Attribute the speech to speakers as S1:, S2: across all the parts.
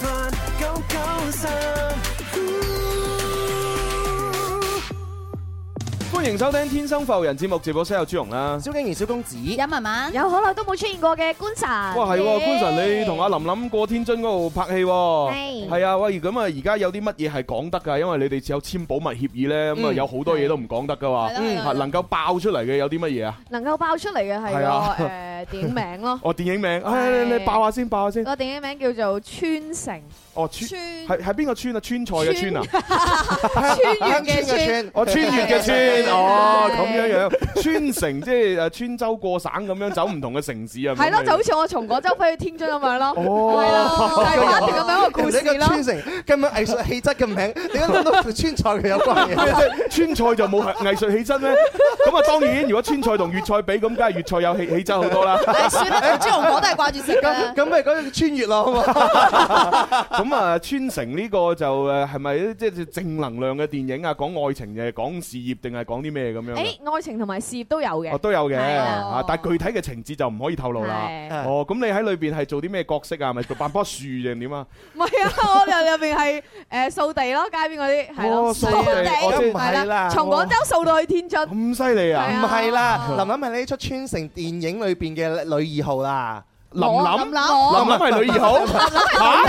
S1: 發，九九三。
S2: 歡迎收聽《天生浮人》節目，直播室有朱容啦。
S3: 蕭敬仁、小公子，
S4: 有文文，有好耐都冇出現過嘅官神。
S2: 哇，係喎，官神你同阿琳琳過天津嗰度拍戲喎。
S4: 係
S2: 係啊，喂，咁啊，而家有啲乜嘢係講得㗎？因為你哋只有簽保密協議咧，咁啊
S3: 嗯
S2: 有好多嘢都唔講得㗎嘛
S4: 係。咯係咯
S2: 啊能夠爆出嚟嘅有啲乜嘢啊？
S4: 能夠爆出嚟嘅係
S2: 係啊，
S4: 個誒電影名咯
S2: 哦，電影名，唉，你你爆下先，爆下先。
S4: 個電影名叫做《穿城
S2: 哦，川係係邊個川啊？川菜嘅川啊？
S3: 香
S4: 穿
S3: 川
S4: 越嘅
S3: 嘅
S4: 穿，
S3: 村，
S2: 哦，穿越嘅
S4: 係
S2: 川，哦，
S4: 係
S2: 咁樣 樣，川城即係誒川州過省咁樣走唔同嘅城市啊。
S4: 係咯，
S2: 咁
S4: 就好似我從廣州飛去天津咁樣咯，
S2: 哦
S4: 係啦，就係拍一段咁樣嘅故
S3: 你
S4: 事
S3: 個
S4: 咯。
S3: 川城咁有藝術氣質嘅名，你都諗到同川菜佢有關
S2: 咩
S3: 嘅。
S2: 啫？ 川菜就冇藝術氣質咩？咁啊，當然，如果川菜同粵菜比，咁梗係粵菜有氣氣質好多啦。
S5: 唉算啦，朱紅我都係掛住食
S3: 咁
S5: 㗎。
S3: 咁咪講穿越啦，好嘛？
S2: 咁啊，川城呢個就誒係咪即係正能量嘅電影啊？講愛情定係講事業定係講啲咩咁樣啊？
S4: 誒，愛情同埋事業都有
S2: 哦，
S4: 嘅，
S2: 都有嘅
S4: 係啊
S2: 啊，但係具體嘅情節就唔可以透露啦。
S4: 係
S2: 哦，咁你喺裏邊係做啲咩角色啊？咪做扮棵樹定點啊？
S4: 唔係啊？我哋入邊係誒掃地咯，街邊嗰啲係咯，
S2: 哦掃地哦即係
S4: 係
S3: 唔係啦
S4: 啦，從廣州掃到去天津，
S2: 咁犀利啊！
S4: 係
S3: 唔
S4: 啊
S3: 係啦，林琳係呢出川城電影裏邊嘅女二號啦。
S2: 琳琳，
S4: 我
S2: 琳琳係 女二號嚇。
S4: 啊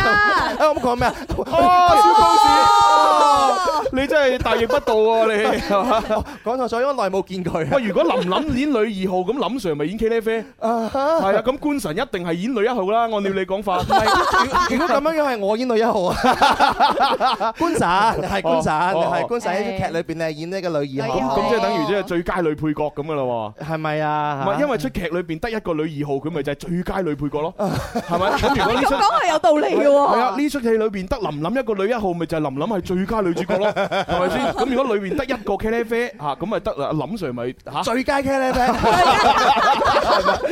S3: 啊，我咁講咩啊？
S2: 哦，小公子，你真係大逆不道喎！你係嘛？
S3: 講錯咗，因為耐冇見佢。
S2: 喂，如果林琳演女二號，咁林 Sir 咪演茄喱啡？
S3: 啊哈
S2: 係啊，咁官神一定係演女一號啦。按照你講 法，
S3: 如果咁樣樣係我演女一號啊， 官神係官神
S2: 哦哦
S3: 係官神喺出劇裏邊係演呢個女二號，
S4: 女二號
S2: 咁即係等於即係最佳女配角咁噶啦喎。
S3: 係咪
S2: 唔
S3: 啊？
S2: 係，因為出劇裏邊得一個女二號，佢咪就係最佳女配角咯，係咪？咁如果呢
S4: 咁
S2: 出
S4: 講係有道理嘅喎。
S2: 係 啊，呢出戲裏邊得琳琳一個女一號，咪就係琳琳係最佳女主角咯，係 咪先？咁如果裏邊得一個茄喱啡嚇，咁咪得啦，林 Sir 咪嚇。
S3: 最佳茄喱啡。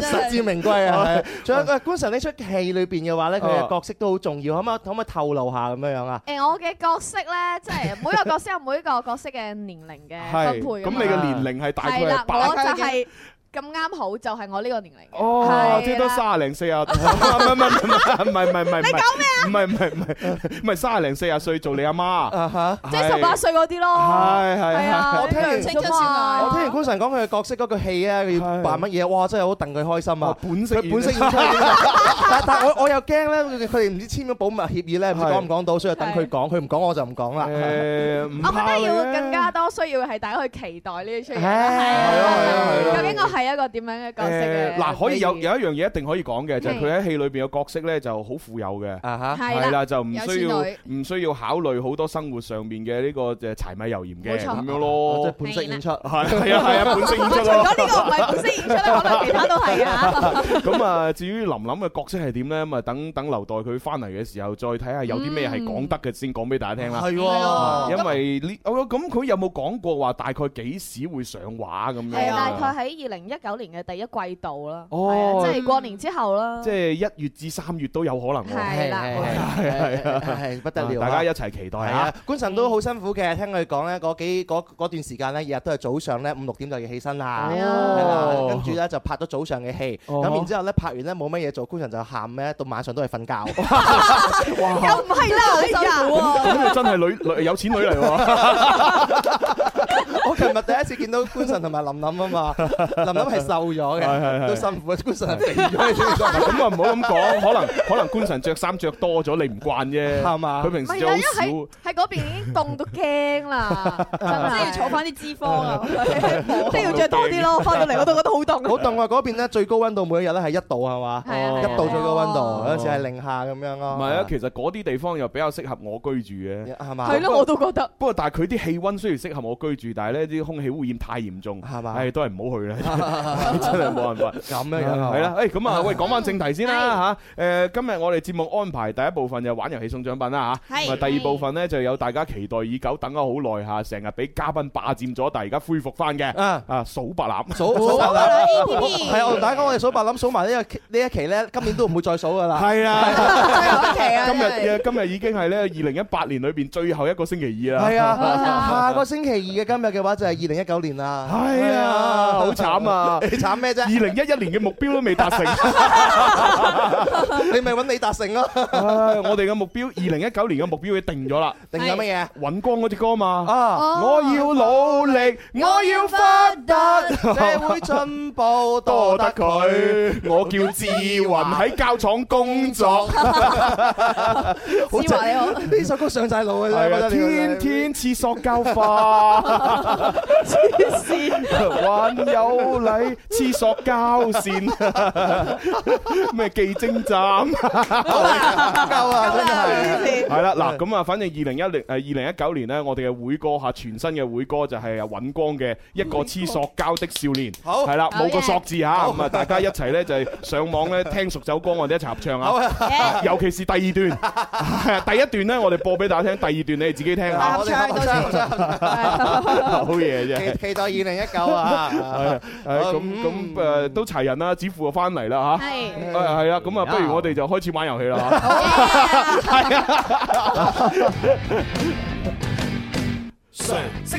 S3: 實至名 歸啊！係，仲有誒，官神呢出戲裏邊嘅話咧，佢
S2: 哦
S3: 嘅角色都好重要，可唔可以可唔可以透露下咁樣樣啊？
S4: 誒，我嘅角色咧，即係每個角色有每個角色嘅年齡嘅
S2: 係，
S4: 分配
S2: 咁
S4: 㗎
S2: 你
S4: 嘛
S2: 嘅年齡係大概
S4: 係
S2: 係，
S4: 啦
S2: 八
S4: 我就係咁啱好，就係我呢個年齡嘅。
S2: 哦，即係都
S4: 係啦
S2: 三廿零四啊，唔係唔係唔係唔係唔係唔係唔係，唔係唔係唔係唔係三廿零四廿歲做你阿
S4: Ờ,
S2: 媽，
S3: 啊哈！
S4: 即係十八歲嗰啲咯。
S2: 係係
S4: 係啊，
S3: 我聽完
S4: 呢樣啫嘛
S5: 青春少女
S3: 我聽完官神講佢嘅角色嗰個戲啊，佢要扮乜嘢？哇！真係好戥佢開心
S2: 哦
S3: 啊！
S2: 本色
S3: 佢本色演 出嚟㗎，但但我我又驚咧，佢哋唔知簽咗保密協議咧，唔知
S2: 係
S3: 講唔講到，所以等佢講，佢唔講我就唔講啦。
S2: 誒唔
S4: 我覺
S2: 怕
S4: 得
S2: 你
S4: 要
S2: 啊
S4: 更加多需要係大家去期待呢啲出
S3: 係
S4: 現。啊
S2: 係啊
S4: 究竟我係一個點樣嘅角色
S2: 誒
S4: 嘅？
S2: 嗱，可以有有一樣嘢一定可以講嘅，就係
S4: 係
S2: 佢喺戲裏邊嘅角色咧就好富有嘅。
S3: 啊哈！
S4: 係
S2: 係
S4: à? 啦，
S2: 啦，就唔需要
S5: 有錢
S2: 唔需要考慮好多生活上面嘅呢個誒柴米油鹽嘅
S4: 冇錯
S2: 咁樣
S3: 即係
S2: 咯，
S3: 本色演出。
S2: 係係啊係啊，本色演
S4: 除
S2: 出
S4: 咗
S2: 咯。
S4: 呢個唔係本色演出咧，可能其他都係啊。
S2: 咁啊，至於琳琳嘅角色係點咧，咁啊等等留待佢翻嚟嘅時候，再睇下有啲咩係講得嘅先講俾大家聽啦。
S3: 係
S2: 啊
S3: 喎，
S2: 因為呢，哦咁佢有冇講過話大概幾時會上畫咁樣
S4: 係
S2: 啊？
S4: 大概喺二零一九年嘅第一季度啦，
S2: 哦
S4: 係啊即係過年之後啦。
S2: 即係一月至三月都有可能喎。
S4: 係啦
S3: 係係係係不得了
S2: 大
S3: 啊！
S2: 家一齊期待
S3: 係
S2: 啊
S3: 啊！，官神都好辛苦嘅，聽佢講咧，嗰幾嗰嗰段時間咧，日日都係早上咧五六點就要起身啦，
S4: 係
S3: 係啦
S2: 哦
S3: 跟住咧就拍咗早上嘅戲，
S2: 哦
S3: 咁然之後咧拍完咧冇乜嘢做，官神就下午咧到晚上都係 瞓覺，
S4: 又唔係啦，哎呀，
S2: 咁就真係女女有錢女嚟喎。
S3: 我咁琴日第一次見到官神同埋林 林啊嘛，林林係瘦咗
S2: 係係係
S3: 嘅，都辛苦，官神係肥咗嘅。
S2: 咁啊，唔好咁講，可能可能官神着衫着多咗，你唔慣啫，
S3: 係嘛
S2: 佢平
S4: 唔係
S2: 時
S4: 啊，
S2: 就好
S4: 因為
S2: 少
S4: 喺。喺嗰邊已經凍到驚啦，真係
S5: 即係要坐翻啲脂肪
S4: à?
S5: 啊，即係要着多啲咯。翻到嚟我都覺得好凍。
S3: 好凍啊！嗰邊咧最高温度每一日咧係一度係嘛，
S4: 係啊係啊
S3: 一度最高温度，有陣時係零下咁樣咯。
S2: 唔係啊，其實嗰啲地方又比較適合我居住嘅。
S3: 係嘛？
S4: 係咯，我都覺得。
S2: 不過但係佢啲氣温雖然適合我居住，但係呢啲空氣污染太嚴重，
S3: 係嘛
S2: 唉，都係唔好 去啦，真係冇辦法。
S3: 咁樣樣
S2: 係啦，誒咁 啊，喂，講翻正題先啦嚇，誒今日我哋節目安排第一部分就玩遊戲送獎品啦嚇，
S5: 係
S2: 咁啊第二部分呢，就有大家期待已久、等咗好耐嚇，成日俾嘉賓霸佔咗，但係而家恢復翻嘅
S3: 啊，
S2: 啊數白欖，
S3: 數數白
S5: 好啦
S3: 欖，
S5: A P
S3: 我
S5: P
S3: 係啊！我同大家講，我哋數白欖數埋呢個期呢一期咧，今年都唔會再數噶啦。
S2: 係啊，
S5: 最後一期啊，
S2: 今日
S5: 真係
S2: 嘅今日已經係呢二零一八年裏邊最後一個星期 二啦，
S3: 係
S4: 冇錯
S3: 啊，下個星期二嘅今日嘅話就係二零一九年啦。
S2: 係啊，好慘啊！
S3: 你 慘咩
S2: 二
S3: 啫？
S2: 零一一年嘅目標都未達 成，
S3: 你咪揾李達 成咯，
S2: 唉我哋嘅目標，二零一九年嘅目標已經定咗啦。
S3: 定咗乜
S2: 尹光嗰隻歌
S3: 嘢
S2: 嘛，
S3: 啊？
S2: 我要努力，我要發達，
S3: 社會進步
S2: 多
S3: 多
S2: 得
S3: 得佢，
S2: 佢。啊我叫志雲喺膠廠工 作，
S3: 好
S5: 志華你好
S3: 正呢首歌上晒腦嘅
S2: 係啊，
S3: 啫，
S2: 天天廁所膠花，還有禮廁所膠線，咩記精站。
S3: 夠啊，真係。
S2: 系啦，嗱咁啊，反正二零一零诶二零一九年呢，我哋嘅會歌吓全新嘅會歌就係阿尹光嘅一個黐塑膠的少年，
S3: 好
S2: 係啦，
S4: 好
S2: 冇個
S4: 嘢
S2: 索字吓，咁啊，大家一齊咧就係上網咧聽熟首歌，我哋一齊合唱啊，尤其是第二段， 第一段咧我哋播俾大家聽，第二段你哋自己聽 下，
S3: 我哋合唱合唱合 唱
S2: 好嘢啫
S3: 期。期待二零一九啊！
S2: 係咁咁誒都齊人啦，子富就翻嚟啦嚇，
S4: 係
S2: 誒係啦，咁啊不如我哋就開始玩遊戲啦嚇。
S4: à.
S6: 常識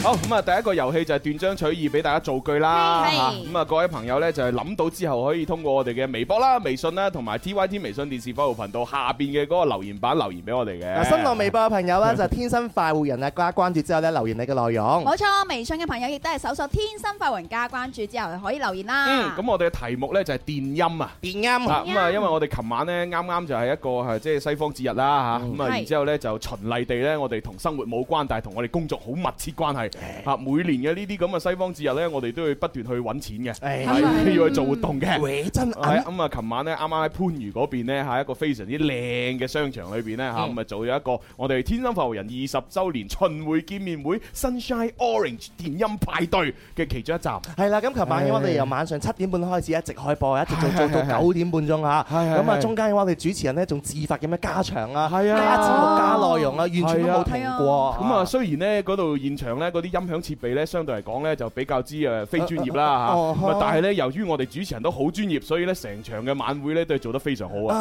S2: 好咁啊！第一個遊戲就係斷章取義，俾大家造句啦。
S5: 係
S2: 嚇咁啊，各位朋友呢，就係諗到之後，可以通過我哋嘅微博啦、微信啦，同埋 T Y T 微信電視服務頻道下邊嘅嗰個留言板留言俾我哋嘅。
S3: 嗱，新浪微博嘅朋友咧就係天生快活人啊，加關注之後咧留言你嘅內容。
S5: 冇錯，微信嘅朋友亦都係搜索「天生快活人家」，關注之後就可以留言
S2: 嗯，
S5: 啦。
S2: 咁我哋嘅題目呢，就係電音啊。
S3: 電音
S2: 啊咁啊，因為我哋琴晚呢，啱啱就係一個係即係西方節日啦嚇，咁啊
S5: 係
S2: 然之後呢，就循例地呢，我哋同生活冇關，但係同我哋工作好密切關係啊。每年嘅呢啲咁嘅西方節日呢，我哋都會不斷去揾錢嘅，
S3: 係
S2: 係 要去做活動嘅。
S3: 搲真
S2: 係
S3: 銀，
S2: 咁啊！琴晚咧，啱啱喺番禺嗰邊咧，喺一個非常之靚嘅商場裏邊咧，嚇咁啊，做咗一個我哋天生浮人二十週年巡迴見面會 Sunshine Orange 電音派對嘅其中一站。
S3: 係啦，咁琴晚嘅話我哋由晚上七點半開始一直開播，一直做做
S2: 係係
S3: 到九點半鐘嚇。
S2: 係
S3: 咁啊，
S2: 係
S3: 中間嘅話我哋主持人咧仲自發咁樣加場啊，
S2: 係啊
S3: 加節目加內容啊，完全都冇停過。
S2: 咁啊，雖然咧嗰度現場咧嗰啲音響設備咧，相對嚟講咧就比較之誒非專業啦嚇，
S3: 哦
S2: 咁啊但係咧由於我哋主持人都好專業，所以咧成場嘅晚會咧都係做得非常好啊。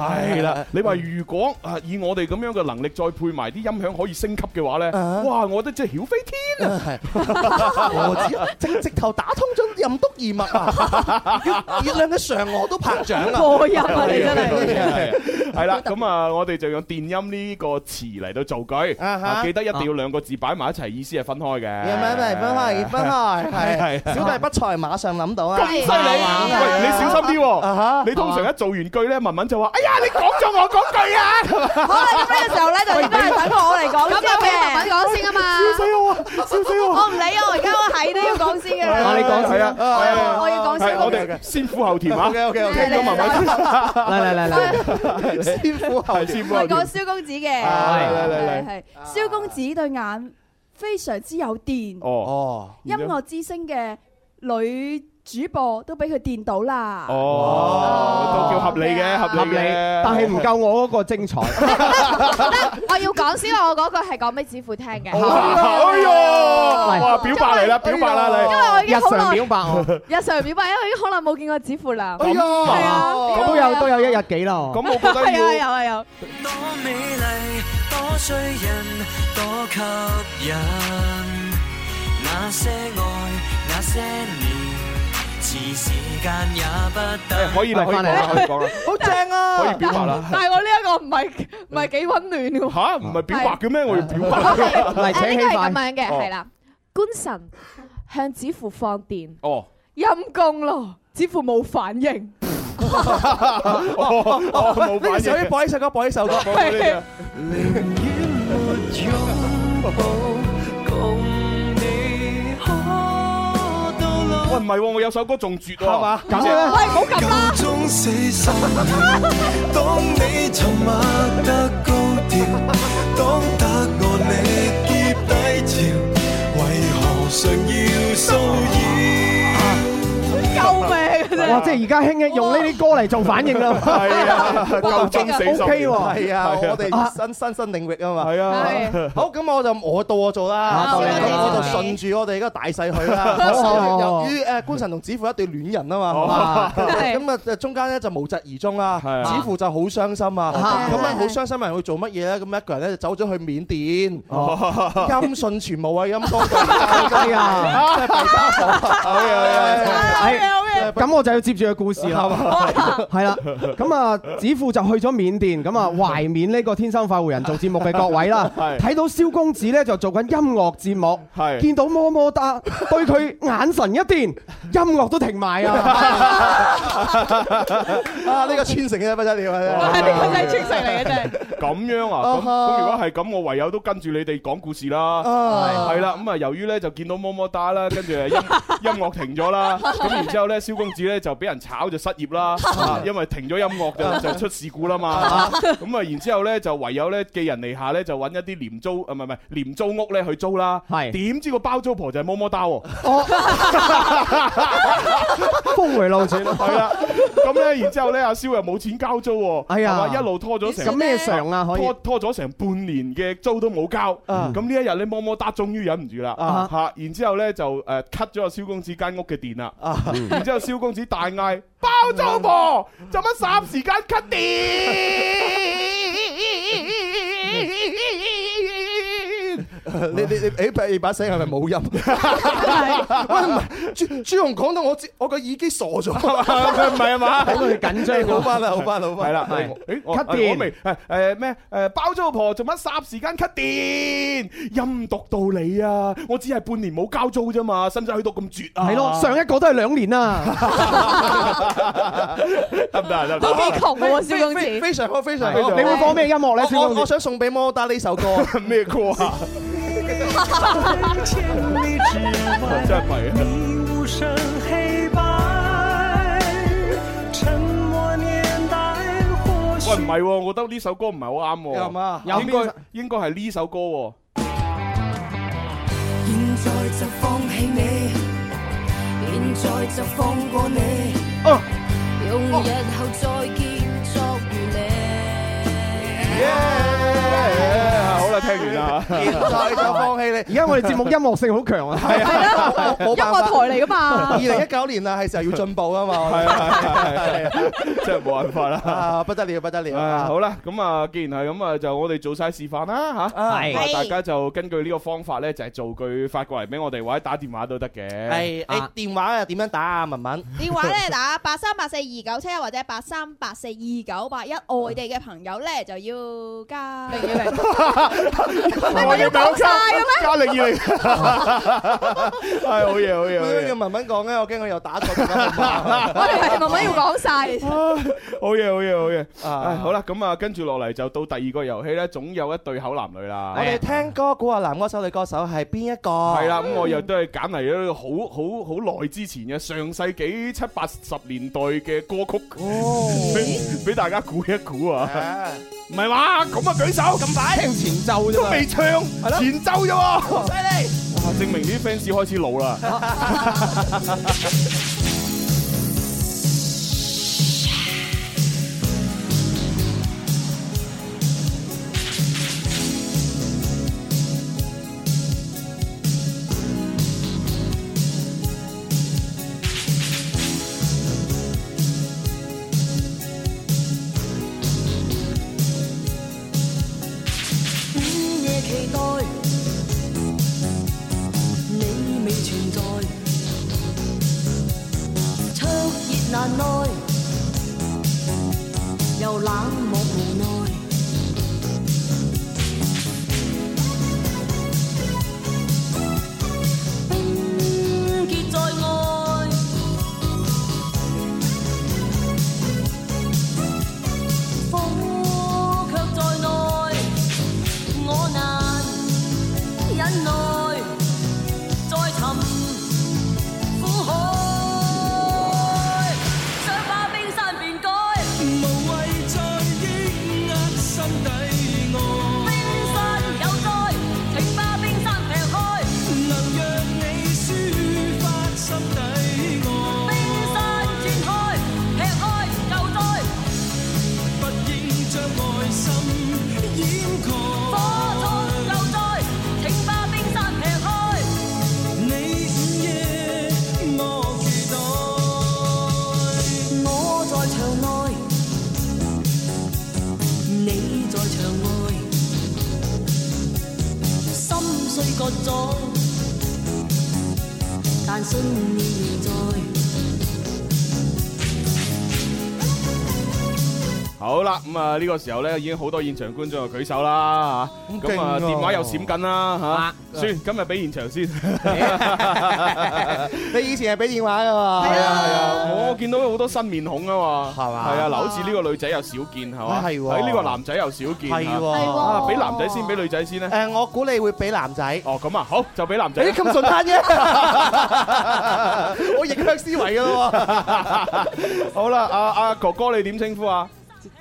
S3: 啊
S2: 係啦，你話如果啊以我哋咁樣嘅能力再配埋啲音響可以升級嘅話咧，
S3: 啊
S2: 哇！我覺得真係曉飛天。
S3: 係，我知，啊正直頭打通咗任督二脈啊！月亮嘅嫦娥都拍掌啊！
S4: 過癮啊！你真係。
S2: 係啦，咁啊，我哋就用電音呢個詞嚟到造句，
S3: 啊哈
S2: 啊記得一定要兩個字擺埋一齊，意思係分開嘅。
S3: 有咩咪分開，分開，
S2: 係
S3: 係小弟不才，馬上諗到啊！
S2: 咁犀利，喂，你小心啲
S3: 啊
S2: 喎！
S3: 哈！
S2: 你通常一做完句咧，文文就話：哎呀，你講咗我嗰句啊！
S5: 好啦，咁呢個時候咧就應該係等我嚟講
S4: 咁啊，俾文文
S5: 先嘅。
S4: 講先啊嘛。
S2: 死我啊！笑死我啊！
S5: 我唔理我，而家我係都要講先嘅
S2: 啊
S5: 啦。
S2: 你講先啊
S5: 係啊我要講先。
S2: 係我哋先苦後甜啊！
S3: OK，OK，OK
S2: 聽到文文先
S3: 先苦後
S2: 係
S3: 甜
S2: 先苦
S5: 我
S2: 後
S5: 講
S2: 甜。
S5: 蕭公子嘅，
S2: 嚟嚟啊嚟
S5: 係
S2: 嚟
S5: 係蕭公子對眼非常之有電，
S2: 哦
S3: 哦，
S5: 音樂之星嘅女主播都俾佢電到啦。
S2: 哦，都叫合理嘅，合理嘅，但係唔夠。
S4: 我要講先，我嗰句係講俾子富聽嘅。
S2: 哎呦，哇！表白嚟啦，表白啦你
S4: 因。為我已經好耐日常表白日常表白，因為已經好耐冇見過子富啦。
S2: 咁
S4: 係啊，
S2: 咁
S4: 都有都有一日。
S2: 咁我覺得
S4: 係啊，
S2: 要。
S4: 有啊有。
S1: 多美麗，多醉人，多吸引。那些愛，那些年，似時間也不等。
S2: 可以啦，可以講啦，可以講啦，
S3: 好正啊！
S2: 可以表白啦。
S4: 但係我呢一個唔係唔係幾温暖 嘅喎。
S2: 吓，唔係表白嘅咩？我要 表白。
S4: O
S3: 嚟
S4: K，誒呢
S3: 請起
S4: 個係
S3: 筷
S4: 咁樣嘅，
S2: 哦
S4: 係啦，官神向子符放電，
S2: 哦，
S4: 陰公咯，子符冇反應。
S2: 哦，哦
S3: 呢
S2: 冇
S3: 個
S2: 反
S3: 時候 要
S2: 應。
S3: 播呢首歌，播呢首歌。
S2: 冇呢啲
S1: 願沒擁抱，共你可到老。
S2: 喂，唔係喎，我有首歌仲絕喎，
S3: 係嘛
S2: 點知
S3: 咁啊
S4: 喂，唔好咁啦，
S1: 鐘死心了，當你沉默得高調，當答案你劫低潮，為何常要騷擾？
S4: 救命啊！
S7: 哇！即係而家輕輕用呢啲歌嚟做反應啦。
S2: 係 啊，夠鐘死心
S7: OK 喎
S2: 係
S3: 係啊，
S2: 啊
S3: 我哋新新新領域啊嘛。
S2: 係啊。
S4: 真係。
S3: 好，咁我就我到我做啦，
S4: 啊
S3: 咁
S4: 到你
S7: 到
S3: 我
S7: 你
S3: 就順住我哋嗰個大勢去啦。
S7: 好好好
S3: 由於誒官神同子父一對戀人啊
S2: 哦
S3: 嘛，係嘛
S4: 係
S3: 咁啊誒中間咧就無疾而終啦。
S2: 係啊
S3: 子父就好傷心啊，
S7: 係
S3: 咁啊
S4: 係
S3: 好傷心嘅人會做乜嘢咧？咁一個人咧就走咗去緬甸， 音訊全無啊，陰公
S7: 係啊，
S3: 真係弊家伙啊！
S7: 係。
S3: 係
S7: 咁我就要接住個故事啦， 係啦，咁啊，子父就去咗緬甸，咁啊懷緬呢個天生快活人做節目嘅各位啦，
S2: 係
S7: 睇到蕭公子咧就做緊音樂節目，
S2: 係
S7: 見到麼麼噠，對佢眼神一電，音樂都停埋啊，
S3: 啊，呢個穿城嘅不得了啊！
S4: 呢個真係清晰嚟嘅 啫，
S2: 咁樣啊，咁
S3: 啊哈
S2: 咁如果係咁，我唯有都跟住你哋講故事
S7: 哦
S2: 啦。
S3: 啊
S2: 係啦，咁啊，由於咧就見到麼么哒啦，跟住 誒音音樂停咗啦，咁然之後咧，蕭公子咧就俾人炒就失業 啦，啊因為停咗音樂就就出事故啦嘛。咁啊，然之後咧就唯有咧寄人籬下咧，就揾一啲廉租啊，唔係唔係廉租屋咧去租 啦。
S7: 係
S2: 點知個包租婆就係麼么哒 喎。
S7: 峰 回路轉，
S2: 係啦，咁咧然之後咧，阿蕭又冇錢交租喎，
S7: 哎呀
S2: 係嘛一路拖咗成
S7: 咁咩常啊可以
S2: 拖？拖咗成半年嘅租都冇交，咁呢一日咧麼麼哒終於忍唔住啦，
S7: 啊
S2: 嚇！然之後咧就誒 cut 咗阿蕭公子間屋嘅電啦，
S7: 啊
S2: 然之後蕭公子大嗌：包租婆，做乜霎時間 cut 電？
S3: 你你你，誒你把聲係咪冇音？喂唔係， 朱朱紅講到我知我個耳機傻 咗。
S2: 唔係啊嘛？
S7: 睇到佢緊張
S3: 好
S7: 喎，
S3: 翻 啦，好翻啦，好
S2: 係
S3: 翻
S2: 啦，
S7: 係
S2: 誒我
S7: cut
S2: 我
S7: 電
S2: 明誒誒咩誒包租婆做乜霎時間 cut 電？陰毒道理啊！我只係半年冇交租啫嘛，使唔使去到咁絕啊？
S7: 係咯，上一個都係兩年啊，
S2: 得唔得啊？得唔得
S4: 都
S2: 啊？
S4: 幾窮喎，蕭公
S3: 非
S4: 子。
S3: 非常好，非常
S7: 你
S3: 好。
S7: 會播咩音樂咧？蕭
S3: 我
S7: 公
S3: 我我
S7: 子
S3: 想送俾摩打呢首 歌，
S2: 咩歌啊？
S1: 千里之外，
S2: 真係弊啊！
S1: 你無聲黑白，沉默年代或許
S2: 喂，唔係喎，我覺得呢首歌唔係好啱喎。
S3: 啱啊
S2: 應該應該係呢首歌喎。
S8: 現在就放棄你，現在就放過你，用日後再結作如你。
S2: 好啦，聽完啦。
S3: 現在就放棄你。
S7: 而家我哋節目音樂性好強啊，
S3: 係
S4: 哦
S3: 啊，冇冇
S4: 音樂
S3: 辦法。
S4: 台嚟噶嘛
S3: 二？零一九年啦，係時候要進步啊嘛。
S2: 係啊係啊係啊係啊，真係冇辦法啦。
S3: 啊，不得了，不得了
S2: 啊，
S3: 啊！
S2: 好啦，咁啊，既然係咁啊，就我哋做晒示範啦吓。
S7: 係
S2: 咁啊大家就根據呢個方法咧，就係造句發過嚟俾我哋，或者打電話都得嘅。
S3: 係
S7: 啊
S3: 你電話啊點樣打啊？文文
S9: 電話咧打八三八四二九七一或者八三八四二九八一，外地嘅朋友咧就要加 零一零。
S2: 我要講晒嘅咩？加 力二零，係好嘢好嘢好
S3: 點
S2: 嘢
S3: 叫。文文講咧？我驚我又打錯電話號
S4: 我哋係慢慢 要講晒，
S2: 好嘢，好嘢，好嘢！
S3: 碼
S2: 唉，
S3: 啊！
S2: 好啦，咁啊，跟住落嚟就到第二個遊戲咧，總有一對口男女啦
S3: 我。哋聽歌估下男歌手女歌手係邊一個？
S2: 係啦， 咁我又都係揀嚟咗呢個好好好耐之前嘅上世紀七八十年代嘅歌曲，俾俾大家估一估啊！
S3: 啊。
S2: 唔係話咁啊，舉手咁快，
S7: 聽前奏啫
S2: 都
S7: 嘛。
S2: 未唱，前奏啫喎，犀利！證明啲 fans 開始老啦。
S8: 午夜期待，
S10: 眼內再尋苦海，想把冰山變改，無謂再抑壓心底愛。冰山有災，請把冰山劈開，能讓你抒發心底愛。冰山展開，劈開舊災。不應將愛心掩蓋。火燭又再，請把冰山劈開。你午夜莫期待。我在場內，你在場外，心碎割咗，但信念仍在。
S2: 好啦，咁啊呢個時候咧已經好多現場觀眾就舉手啦嚇，咁啊
S11: 勁喎
S2: 電話又閃緊啦嚇，算今日俾現場先。
S3: 你以前係俾電話㗎嘛？
S2: 係啊係啊，我見到好多新面孔啊嘛，係
S3: 嘛
S2: 係啊，嗱，好似呢個女仔又少見係嘛，
S3: 係喎
S2: 喺呢個男仔又少見，
S3: 係喎係喎
S2: 啊俾男仔先，俾女仔先咧。
S3: 誒，我估你會俾男仔。
S2: 哦，咁啊，好就俾男仔。
S3: 你咁順攤啫，我逆向思維 㗎咯喎。
S2: 好啦，阿阿哥哥你點稱呼啊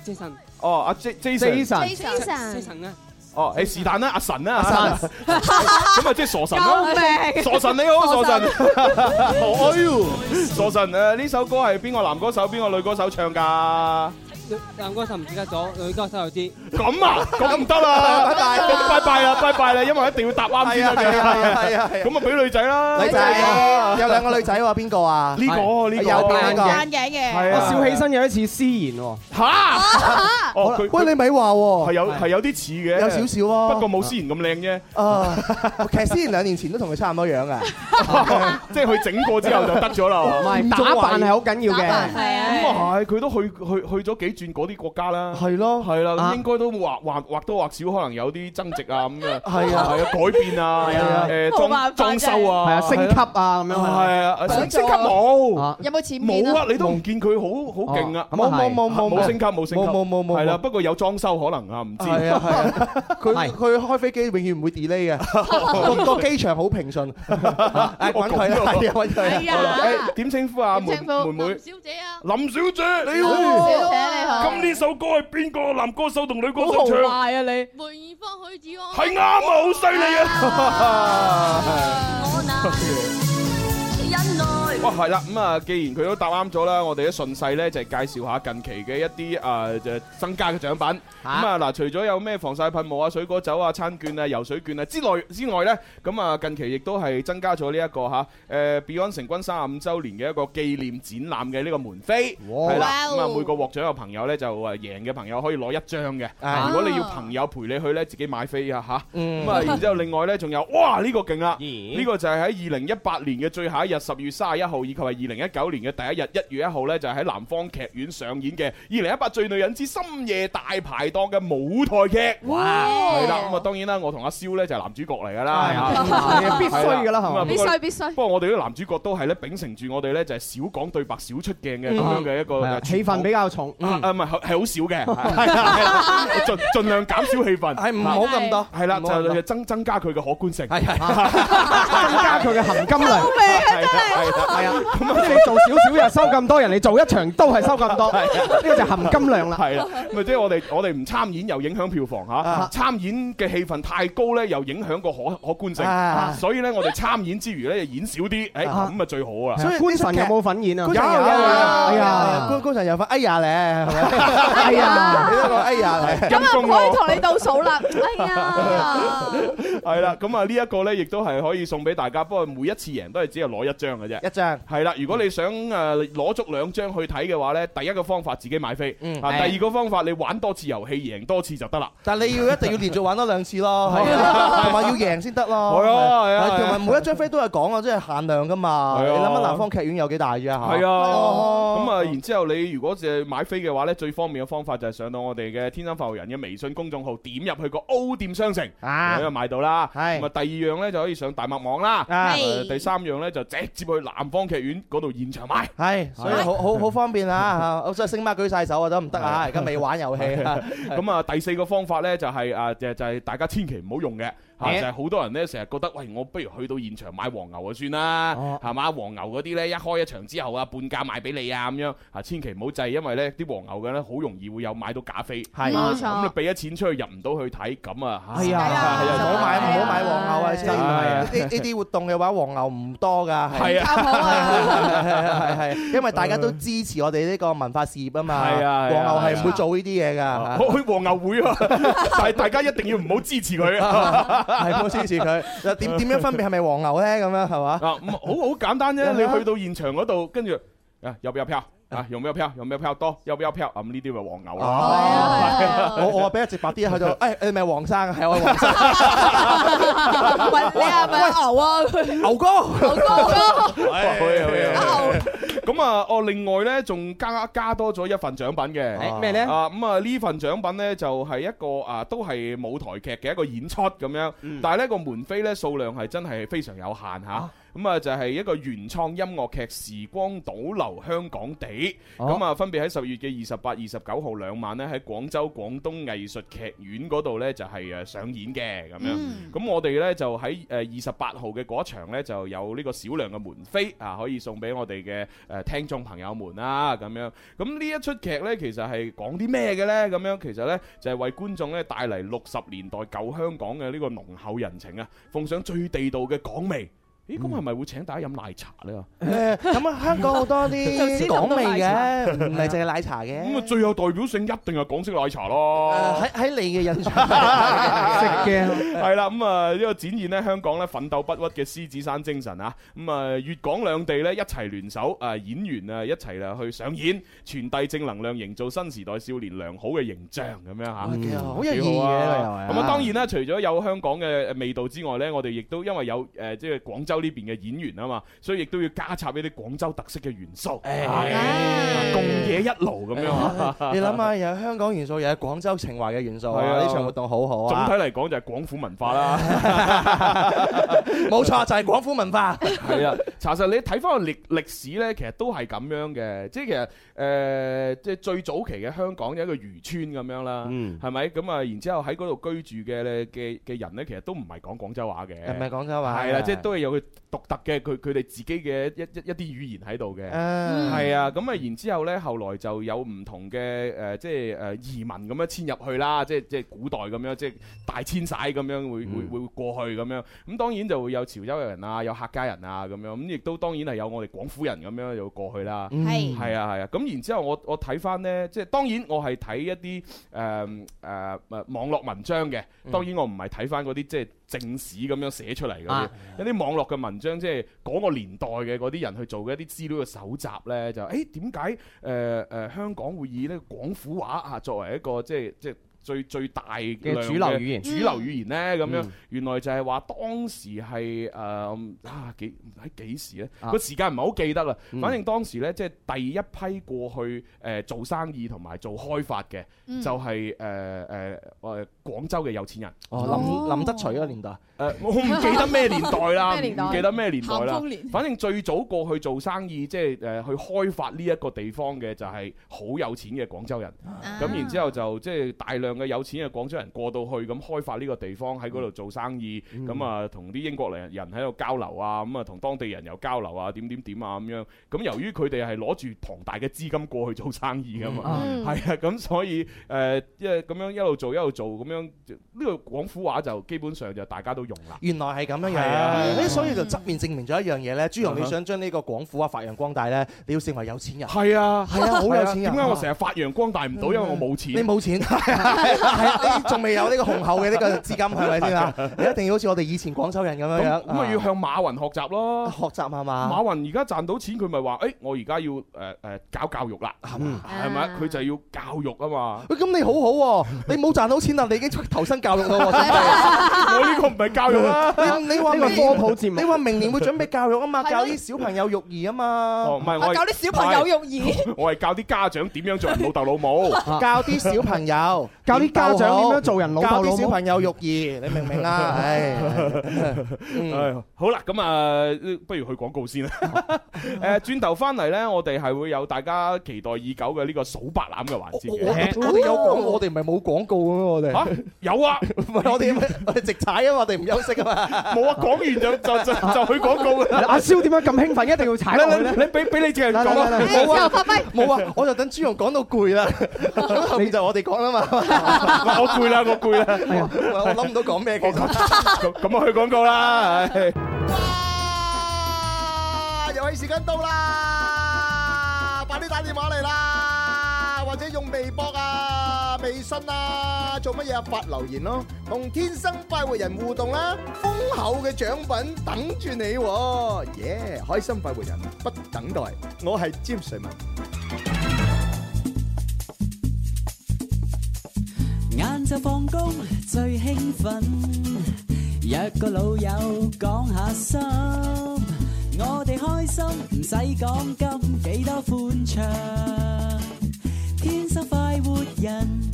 S2: ？Jason。哦，阿 J Jason。
S12: Jason 啊，
S2: 哦，誒是但啦，阿神啦，阿
S3: 神，
S2: 咁啊即係傻神啦，
S12: 救命
S2: 傻神你好，傻
S12: 傻
S2: 神
S12: 神，
S2: 哎呦，傻神誒呢首歌係邊個男歌手邊個女歌手唱㗎？
S12: 男歌手唔記得咗，女歌手有啲。
S2: 咁啊，咁唔得啦，
S12: 拜拜
S2: 咁拜拜啦，拜拜啦，因為一定要答啱先得㗎
S3: 係啊係啊 à? 係啊係啊
S2: 咁啊俾女仔啦，
S3: 女
S2: à?
S3: 仔有兩個女仔喎，邊個啊？
S2: 呢個呢個
S3: 右邊呢
S9: 眼鏡嘅，
S7: 我
S2: à.
S7: 笑起身有一次思言喎。
S3: Ờ.
S2: 嚇，哦佢
S3: 喂，你咪話喎，
S2: 係有係有啲似嘅，
S3: 有少少啊
S2: 不過冇思妍咁靚 啫。
S3: 個啊，其實之前兩年前都同佢差唔多樣啊。
S2: 即係佢整過之後就得咗啦。
S3: 唔係打扮係好緊要嘅打扮係啊
S2: 咁啊係，佢都去去去咗幾轉嗰啲國家啦。
S3: 係咯，
S2: 係啦，
S3: 啊
S2: 咁應該都或或或多或少可能有啲增值啊咁嘅。
S3: 係啊
S2: 係啊，改變啊，
S3: 係啊
S2: 誒裝
S3: 冇辦法
S2: 裝修啊，
S7: 係啊升級啊咁樣
S3: à.
S7: 係啊
S2: 係啊，
S7: 改
S2: 升
S7: 造
S2: 升級
S7: 啊
S3: Ờ.
S2: 冇。
S9: 有冇錢面
S2: 冇啊！你都唔見佢好好勁啊！
S3: 哦咁啊係冇冇冇冇
S2: 冇升級冇升級，
S3: 冇冇冇冇
S2: 係啦。不過有裝修可能啊，唔知。
S3: 係啊係啊，佢佢開飛機永遠唔會 delay 嘅，個個機場好平順。誒揾佢啦，係啊揾
S4: 哎
S3: 佢啊。
S2: 誒點稱呼啊？妹
S3: 點稱呼
S2: 妹妹
S3: 林
S2: 小姐啊，林小姐你
S3: 林
S2: 好，
S3: 小
S10: 姐你好
S2: 哎咁呢首歌係邊個男歌手同女歌手唱？
S10: 啊你！梅艷芳、許志安係啱啊，
S2: 好犀利
S4: 哦
S2: 啊！
S10: 我忍耐。
S2: 哇，係啦，咁啊，既然佢都答啱咗啦，我哋都順勢咧就係介紹下近期嘅一啲誒就增加嘅獎品。咁啊嗱，除咗有咩防曬噴霧啊、水果酒啊、餐券啊、游水券啊之內之外咧，咁啊近期亦都係增加咗呢一個嚇誒 Beyond 成軍三十五週年嘅一個紀念展覽嘅呢個門飛，
S11: 哇
S2: 係啦，咁啊
S11: 哇
S2: 每個獲獎嘅朋友咧就誒贏嘅朋友可以攞一張嘅。
S11: 啊
S2: 如果你要朋友陪你去咧，自己買飛啊嚇。
S11: 嗯
S2: 咁啊，然之後另外咧仲有，哇呢個勁啦！呢個就係喺二零一八年嘅最後一日，十月三十一號，以及係二零一九年嘅第一日一月一號咧，就係喺南方劇院上演嘅《二零一八最女人之深夜大排檔》嘅舞台劇。
S11: 哇
S2: 係啦，咁啊當然啦，我同阿蕭咧就係男主角嚟㗎啦，
S7: 係必須㗎啦係
S2: 咁
S7: 嘛
S2: 啊不過
S7: 必須
S4: 必須。
S2: 不過我哋啲男主角都係咧秉承住我哋咧就係少講對白、少出鏡嘅咁樣嘅一個
S7: 係啊
S2: 傳統
S7: 氣氛比較重。
S2: 啊啊唔係係係好少嘅， 係啊係啊盡盡量減少氣氛，係
S3: 唔好咁多
S2: 係啦
S3: 唔好咁多
S2: 就就增增加佢嘅可觀性，係
S7: 增加佢嘅含金量。
S2: 係係啊，
S7: 咁啊，你做少少又收咁多，人哋做一場都係收咁多，呢個就含金量啦。
S2: 係 啦，咪即係我哋我哋唔參演又影響票房
S3: 啊
S2: 嚇，參演嘅氣氛太高咧又影響個可可觀
S7: 啊
S2: 性，所以咧我哋參演之餘咧就演少啲，誒
S3: 啊
S2: 咁啊最好啊！
S7: 所以官神有冇份演啊？
S3: 官神有
S7: 哎
S3: 啊，
S7: 呀，
S3: 官官神有份，哎呀咧，係咪？
S7: 哎呀
S3: 你都講哎呀咧，
S4: 咁啊，唔可以同你倒數啦。哎呀，
S2: 係啦，咁啊呢一個咧，亦都係可以送俾大家。不過每一次贏都係只係攞一張嘅啫，
S3: 一張
S2: 係啦。如果你想誒攞足兩張去睇嘅話咧，第一個方法自己買飛，啊
S3: 係
S2: 第二個方法你玩多次遊戲贏多次就得啦。
S3: 但係你要一定要連續玩多兩次咯，
S2: 係啊
S3: 同埋要贏先得 咯。
S2: 係啊係啊係啊
S3: 同埋每一張飛都係講啊，即係限量噶嘛。
S2: 係啊
S3: 你諗下南方劇院有幾大啫嚇？
S2: 係啊，
S3: 哦
S2: 咁啊，然之後你如果誒買飛嘅話咧，最方便嘅方法就係上到我哋嘅天生發育人嘅微信公眾號，點入去個 O 店商城，
S3: 啊
S2: 咁就買到啦。咁啊，第二樣咧就可以上大麥網啦。
S3: 啊
S2: 咁啊第三樣咧就直接去南方劇院嗰度現場買。
S3: 係，所以好好好方便啊！嚇，所以星媽舉晒手啊，都唔得啊！ 而家未玩遊戲啊。
S2: 咁啊，第四個方法咧就係啊，就就係大家千祈唔好用嘅嚇就係好多人咧成日覺得，喂，我不如去到現場買黃牛就啊算
S3: 哦
S2: 啦，係嘛？黃牛嗰啲咧一開一場之後啊，半價賣俾你啊咁樣啊，千祈唔好制，因為咧啲黃牛嘅咧好容易會有買到假飛，
S3: 係冇錯
S2: 咁你俾咗錢出去入唔到去睇，咁啊，唉
S3: 係啊，唔好買唔好買黃牛啊！真係
S2: 啊
S3: 呢啲呢啲活動嘅話，黃牛唔多㗎，
S2: 係啊靠譜 啊
S3: 係係係係係，因為大家都支持我哋呢個文化事業啊嘛，
S2: 係啊係啊
S3: 黃牛係唔會做呢啲嘢㗎。
S2: 我去黃牛會 啊，但係大家一定要唔好支持佢啊，
S3: 係冇支持佢。嗱點點樣分別係咪黃牛咧？咁樣係嘛？
S2: 啊，唔好好簡單
S3: 啊
S2: 啫，你去到現場嗰度，跟住啊，有唔有票？啊，有唔有票？有唔有票多？啊有唔有票？咁呢啲咪黃牛
S3: 啊
S4: 啊
S2: 咯。
S3: 我我話俾佢直白啲，去到誒你係咪黃生啊，係我係黃生。
S9: 喂，你係咪牛啊？
S3: 牛哥，
S9: 牛哥，
S2: 哎
S3: 哎
S2: 咁啊，哦，另外咧，仲加加多咗一份獎品嘅，
S12: 誒咩咧
S2: 啊，咁啊呢份獎品咧就係一個啊，都係舞台劇嘅一個演出咁樣，但係呢個門飛咧數量係真係非常有限嚇。咁啊，就係一個原創音樂劇《時光倒流香港地》，咁啊分別喺十月嘅二十八、二十九號兩晚咧，喺廣州廣東藝術劇院嗰度咧就係誒上演嘅咁樣。咁我哋咧就喺誒呃二十八號嘅嗰一場咧就有呢個少量嘅門飛啊，可以送俾我哋嘅誒聽眾朋友們啦咁樣。咁呢一出劇咧其實係講啲咩嘅咧？咁樣其實咧就係為觀眾咧帶嚟六十年代舊香港嘅呢個濃厚人情啊，奉上最地道嘅港味。咦，咁係咪會請大家飲奶茶咧？
S3: 誒咁啊，香港好多
S2: 就知
S3: 啲
S2: 道
S3: 港味
S2: 奶茶
S3: 嘅，唔係淨係奶茶嘅。
S2: 咁啊，最有代表性一定係港式奶茶咯。
S3: 喺喺你嘅印象，
S2: 食
S3: 嘅
S2: 係啦，咁啊呢個展現咧香港咧奮鬥不屈嘅獅子山精神啊，咁啊粵港兩地咧一齊聯手啊演員啊一齊啊去上演，傳遞正能量，營造新時代少年良好嘅形象咁樣嚇，
S3: 幾好好有
S2: 幾
S3: 意義啊又係
S2: 咁啊當然啦，除咗有香港嘅味道之外咧，我哋亦都因為有誒即係廣州呢邊嘅演員啊嘛，所以亦都要加插一啲廣州特色嘅元素，
S4: 嗯
S2: 係共嘢一路咁樣啊。
S3: 你諗下，有香港元素，又有廣州情懷嘅元素啊！
S2: 係啊
S3: 呢場活動好好啊！
S2: 總體嚟講就係廣府文化啦。
S3: 冇錯，就係廣府文化。
S2: 係啊，查實你睇翻個歷歷史咧，其實都係咁樣嘅，即係其實誒、呃即係最早期嘅香港有一個漁村咁樣
S7: 嗯
S2: 啦，係咪、咁啊，然之後喺嗰度居住嘅咧嘅嘅人咧，其實都唔係講廣州話嘅，
S3: 唔係廣州話
S2: 係啦，
S3: 係
S2: 即係都係有佢獨特嘅佢佢哋自己嘅一一一啲語言喺度嘅，
S3: 嗯
S2: 係啊，咁啊，然之後咧，後來就有唔同嘅誒、呃即係誒、呃移民咁樣遷入去啦，即係即係古代咁樣，即係大遷徙咁樣會會會過去咁樣。咁當然就會有潮州人啊，有客家人啊咁樣，咁亦都當然係有我哋廣府人咁樣就過去啦。
S3: 嗯
S13: 係
S2: 係啊係啊，咁然之後我我睇翻呢，即係當然我係睇一啲誒誒誒網絡文章嘅，當然我唔係睇翻嗰啲即係正史咁樣寫出嚟嗰啲
S13: 啊，
S2: 有啲網絡嘅文章即係嗰個年代嘅嗰啲人去做嘅一啲資料嘅搜集呢，就誒點解誒誒香港會以呢個廣府話啊作為一個即係即係。最最大嘅
S7: 主流語言
S2: 主流語言咧咁樣
S7: 嗯，
S2: 原來就係話當時係誒啊幾喺幾時咧？
S7: 啊
S2: 個時間唔係好記得啦。
S7: 嗯
S2: 反正當時咧，即係第一批過去誒做生意同埋做開發嘅，
S3: 嗯
S2: 就係誒誒誒廣州嘅有錢人。
S3: 哦，林林則徐嗰個年代，
S2: 誒，呃我唔記得咩年代啦，
S3: 咩年代
S2: 唔記得咩年代啦
S3: 咸豐年。
S2: 反正最早過去做生意，即係誒去開發呢一個地方嘅，就係好有錢嘅廣州人。
S3: 啊
S2: 咁然之後就即係大量嘅有錢嘅廣州人過到去，咁開發呢個地方喺嗰度做生意，咁啊同啲英國人人喺度交流啊，咁啊同當地人又交流啊，點點點啊咁樣。咁由於佢哋係攞住龐大嘅資金過去做生意噶嘛，
S13: 嗯
S2: 係啊，咁所以誒，因為咁樣一路做一路做咁樣，呢個廣府話就基本上就大家都用啦。
S3: 原來係咁樣樣。
S2: 係啊
S3: 誒所以就側面證明咗一樣嘢咧。朱
S2: 嗯
S3: 容，
S2: 哼
S3: 你想將呢個廣府啊發揚光大咧，你要成為有錢人。
S2: 係啊，
S3: 係啊，好有錢
S2: 點
S3: 人。
S2: 解我成日發揚光大唔到？因為我冇錢。
S3: 你冇錢，係啊係啊，你仲未有呢個雄厚嘅呢個資金，係咪 先啊？你一定要好似我哋以前廣州人咁樣
S2: 咁
S3: 樣，啊
S2: 咁咪要向馬雲學習啊咯。
S3: 學習係嘛？
S2: 馬雲而家賺到錢，佢咪話：，誒，我而家要誒誒搞教育啦，
S3: 啊
S4: 嗯
S2: 係咪？佢就要教育啊嘛。
S3: 喂，咁你好好喎，你冇賺到錢啊啦，你已經投身教育啦喎，
S2: 我
S4: 啊
S2: 呢個唔係教育啦，
S3: 你你話
S2: 呢個
S3: 明年
S2: 科普節目
S3: 你話明年會準備教育啊嘛，
S2: 係咯
S3: 教啲小朋友育兒啊嘛，
S2: 哦，唔係我係唔係我係教啲家長點樣做人老豆老母，
S3: 教啲小朋 友，
S7: 教啲家長點樣做人老豆老母
S3: 教啲小朋友育兒，你明唔明 啊？唉，
S2: 唉好啦，咁啊，不如去廣告 先啦。誒，轉頭翻嚟呢，我哋係會有大家期待已久嘅呢個數白欖嘅環節
S3: 我我哋
S2: 嘅。
S3: 有廣，我哋唔係冇廣告嘅咩？我哋
S2: 嚇有啊，
S3: 唔係我哋我哋直踩啊嘛，我哋唔休息啊嘛。
S2: 冇啊，講完就就 就就去廣告啦。
S7: 阿蕭點解咁興奮，一定要踩落去咧？
S2: 你俾俾你隻人講啊，
S4: 哎
S3: 冇啊， 冇啊，我就等朱容講到攰 啦，咁後面就我哋講啦嘛。
S2: 我攰啦，我攰啦，
S3: 我諗唔到講咩嘅。
S2: 咁咁啊去廣告啦。 唉
S6: 啊，遊戲時間到啦，快啲打電話嚟啦，或者用微博
S3: à,
S6: 啊、微信啊，做乜嘢啊？發留言咯，同天生快活人互動
S3: à,
S6: 啦，豐厚嘅獎品等住你喎，耶！開心快活人不等待，我係詹瑞文。
S11: 晏晝放工最興奮，約個老友講下心，我哋開心唔使講金，幾多歡暢，天生快活人。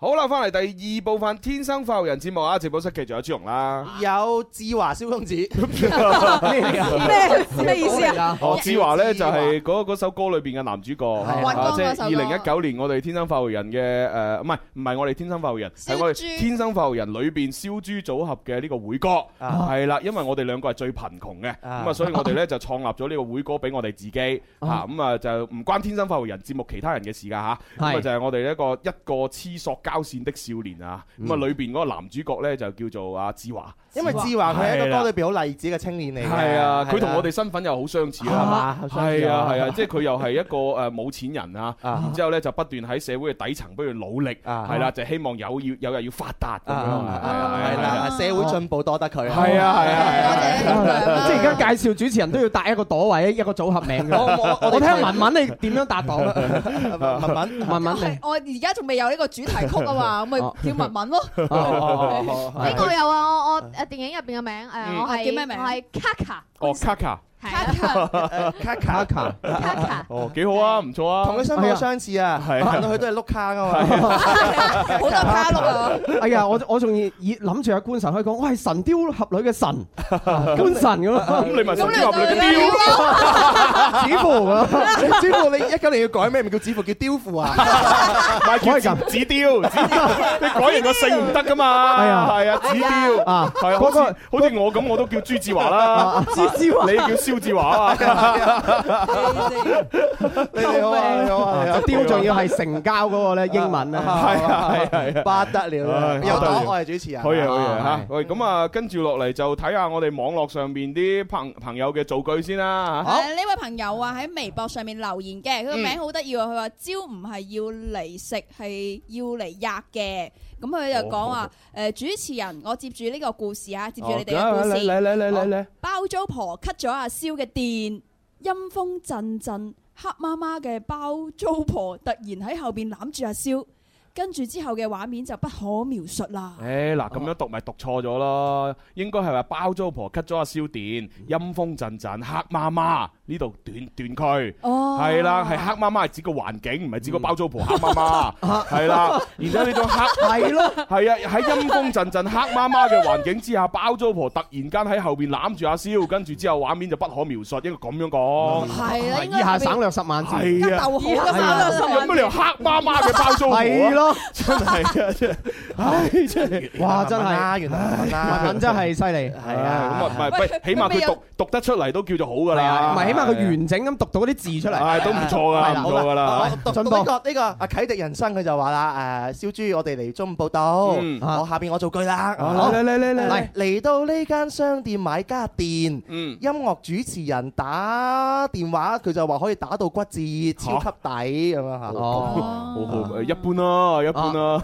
S2: 好啦，翻嚟第二部分《天生快活人》節目啊，直播室繼續有朱容啦。
S3: 有志華蕭公子，咩
S2: 嚟
S3: 嚟
S2: 㗎
S3: 咩意思啊？
S2: 何哦志華咧就係嗰嗰首歌裏邊嘅男主角，
S3: 尹光
S2: 啊
S3: 嗰
S2: 即係
S3: 首
S2: 二零一九年我哋天生快活人嘅誒，唔係唔係我哋天生快活人，係我哋天生快活人裏邊燒豬組合嘅呢個會歌，係啦，因為我哋兩個係最貧窮嘅，啊咁啊，所以我哋咧就創立咗呢個會歌俾我哋自己嚇，咁啊就唔關天生快活人節目其他人嘅事㗎嚇，咁啊
S7: 係
S2: 就係我哋一個一個黐塑膠線的少年啊，咁啊裏邊嗰個男主角咧就叫做阿志華，
S3: 因為志華佢係
S2: 係
S3: 一個
S2: 啦
S3: 歌裏邊好勵志嘅青年嚟嘅。
S2: 係啊，佢同我
S3: 哋
S2: 哋身份又好相似
S3: 係
S2: 啦
S3: 嘛，
S2: 係啊
S3: 相似啊
S2: 係啊，即係佢又係一個誒冇錢人啊，然之後咧就不斷喺社會嘅底層不斷努力，
S3: 啊
S2: 係啦，就希望有要有日要發達咁樣，係啊
S3: 係
S2: 係
S3: 啦，
S2: 啊。
S3: 社會進步多得佢。
S2: 係啊係啊
S7: 即係而家介紹主持人都要帶一個朵位，一個組合名㗎。我聽文文你點樣答到？
S3: 啊
S7: 文文文文 你。
S9: 我而家仲未有呢個主題曲啊嘛，咁咪
S7: 哦
S9: 叫文文咯。
S2: 哦
S4: 呢個有啊，我我誒電影入邊嘅名
S7: 嗯
S4: 誒，我
S7: 啊
S4: 係
S9: 叫咩名
S4: 我係 Kaka，
S2: 哦，Kaka，
S3: 卡卡
S4: 卡卡，
S2: 哦，幾好啊，唔錯啊，
S3: 同佢身份好相似啊，
S2: 係啊
S3: 行到佢都係碌卡噶嘛。
S9: 好多卡碌啊！
S7: 哎呀，我我仲以以諗住阿官神可以講，我係神雕俠侶嘅 神，官神咁咯。
S2: 咁你咪神雕俠侶嘅雕
S7: 指符啊！
S3: 指符你一九年要改咩？唔叫指符，叫雕 符啊！
S2: 咪叫紙紙雕，紙雕，你改完個姓唔得噶嘛？
S7: 係啊
S2: 係啊，紙雕
S7: 啊
S2: 係啊，好似好似我咁，我都叫朱志華啦，
S7: 朱志華
S2: 你叫蕭志華啊？
S3: 你哋好啊，你好啊，你好啊啊
S7: 雕仲要係成交嗰個咧英文咧，
S2: 係啊係啊係啊
S3: 不得了
S2: 唉
S3: 啦！有
S2: 不得了
S3: 檔我係主持人，
S2: 好嘢好嘢嚇！喂，咁啊，跟住落嚟就睇下我哋網絡上邊啲朋朋友嘅造句先啦嚇。
S9: 誒呢位朋友啊喺微博上面留言嘅，佢
S2: 嗯
S9: 個名好得意喎，佢話蕉唔係要嚟食，係要嚟吔嘅。咁佢就講話誒主持人，我接住呢個故事哦啊，接住你哋嘅故
S2: 哦嚟
S9: 事。
S2: 嚟嚟嚟嚟。
S9: 包租婆 cut 咗阿蕭嘅電，陰風陣陣，黑媽媽嘅包租婆突然喺後邊攬住阿蕭，跟住之後嘅畫面就不可描述啦。
S2: 誒嗱，咁樣讀咪讀錯咗咯，應該係話包租婆 cut 咗阿蕭電，
S9: 嗯
S2: 陰風陣陣，黑媽媽呢度斷斷句，
S9: 哦
S2: 係啦，係黑媽媽係指個環境，唔係指個包租婆黑媽 媽，
S9: 哦
S2: 係啦，然之後呢種黑
S7: 係 咯，
S2: 係啊，喺陰風陣陣黑媽媽嘅環境之下，包租婆突然間喺後邊攬住阿蕭，跟住之後畫面就不可描述，應該咁樣講，
S9: 係啦，應該
S7: 以下省略十
S9: 哦
S7: 萬字。
S2: 係啊，
S9: 逗號嘅省略十
S2: 有
S9: 萬
S2: 乜理由黑媽媽嘅包租婆啊？
S7: 係咯，
S2: 真係啊，真係，唉，真係，
S7: 哇！真係，
S3: 原來文
S7: 文文真係犀利。
S2: 係啊，咁啊，唔係，唔係起碼
S7: 佢未
S2: 佢
S7: 有
S2: 讀讀得出嚟都叫做好噶
S7: 係
S2: 啦，
S7: 啊，唔係，起碼佢完整咁讀到啲字出嚟，
S3: 啊
S2: 唉都唔錯㗎
S7: 係啦
S2: 唔錯㗎啦
S7: 好
S3: 讀到
S7: 進
S3: 呢
S7: 步。
S3: 個呢個阿啟迪人生佢就話啦誒，燒豬我哋嚟中午報到，
S7: 嗯
S3: 我下邊我做句啦。
S2: 哦
S7: 好嚟嚟嚟嚟
S3: 嚟嚟到呢間商店買家電，音樂主持人打電話佢就話可以打到骨折，超級抵咁樣嚇。
S2: 哦，好好，誒一般啦，一般啦，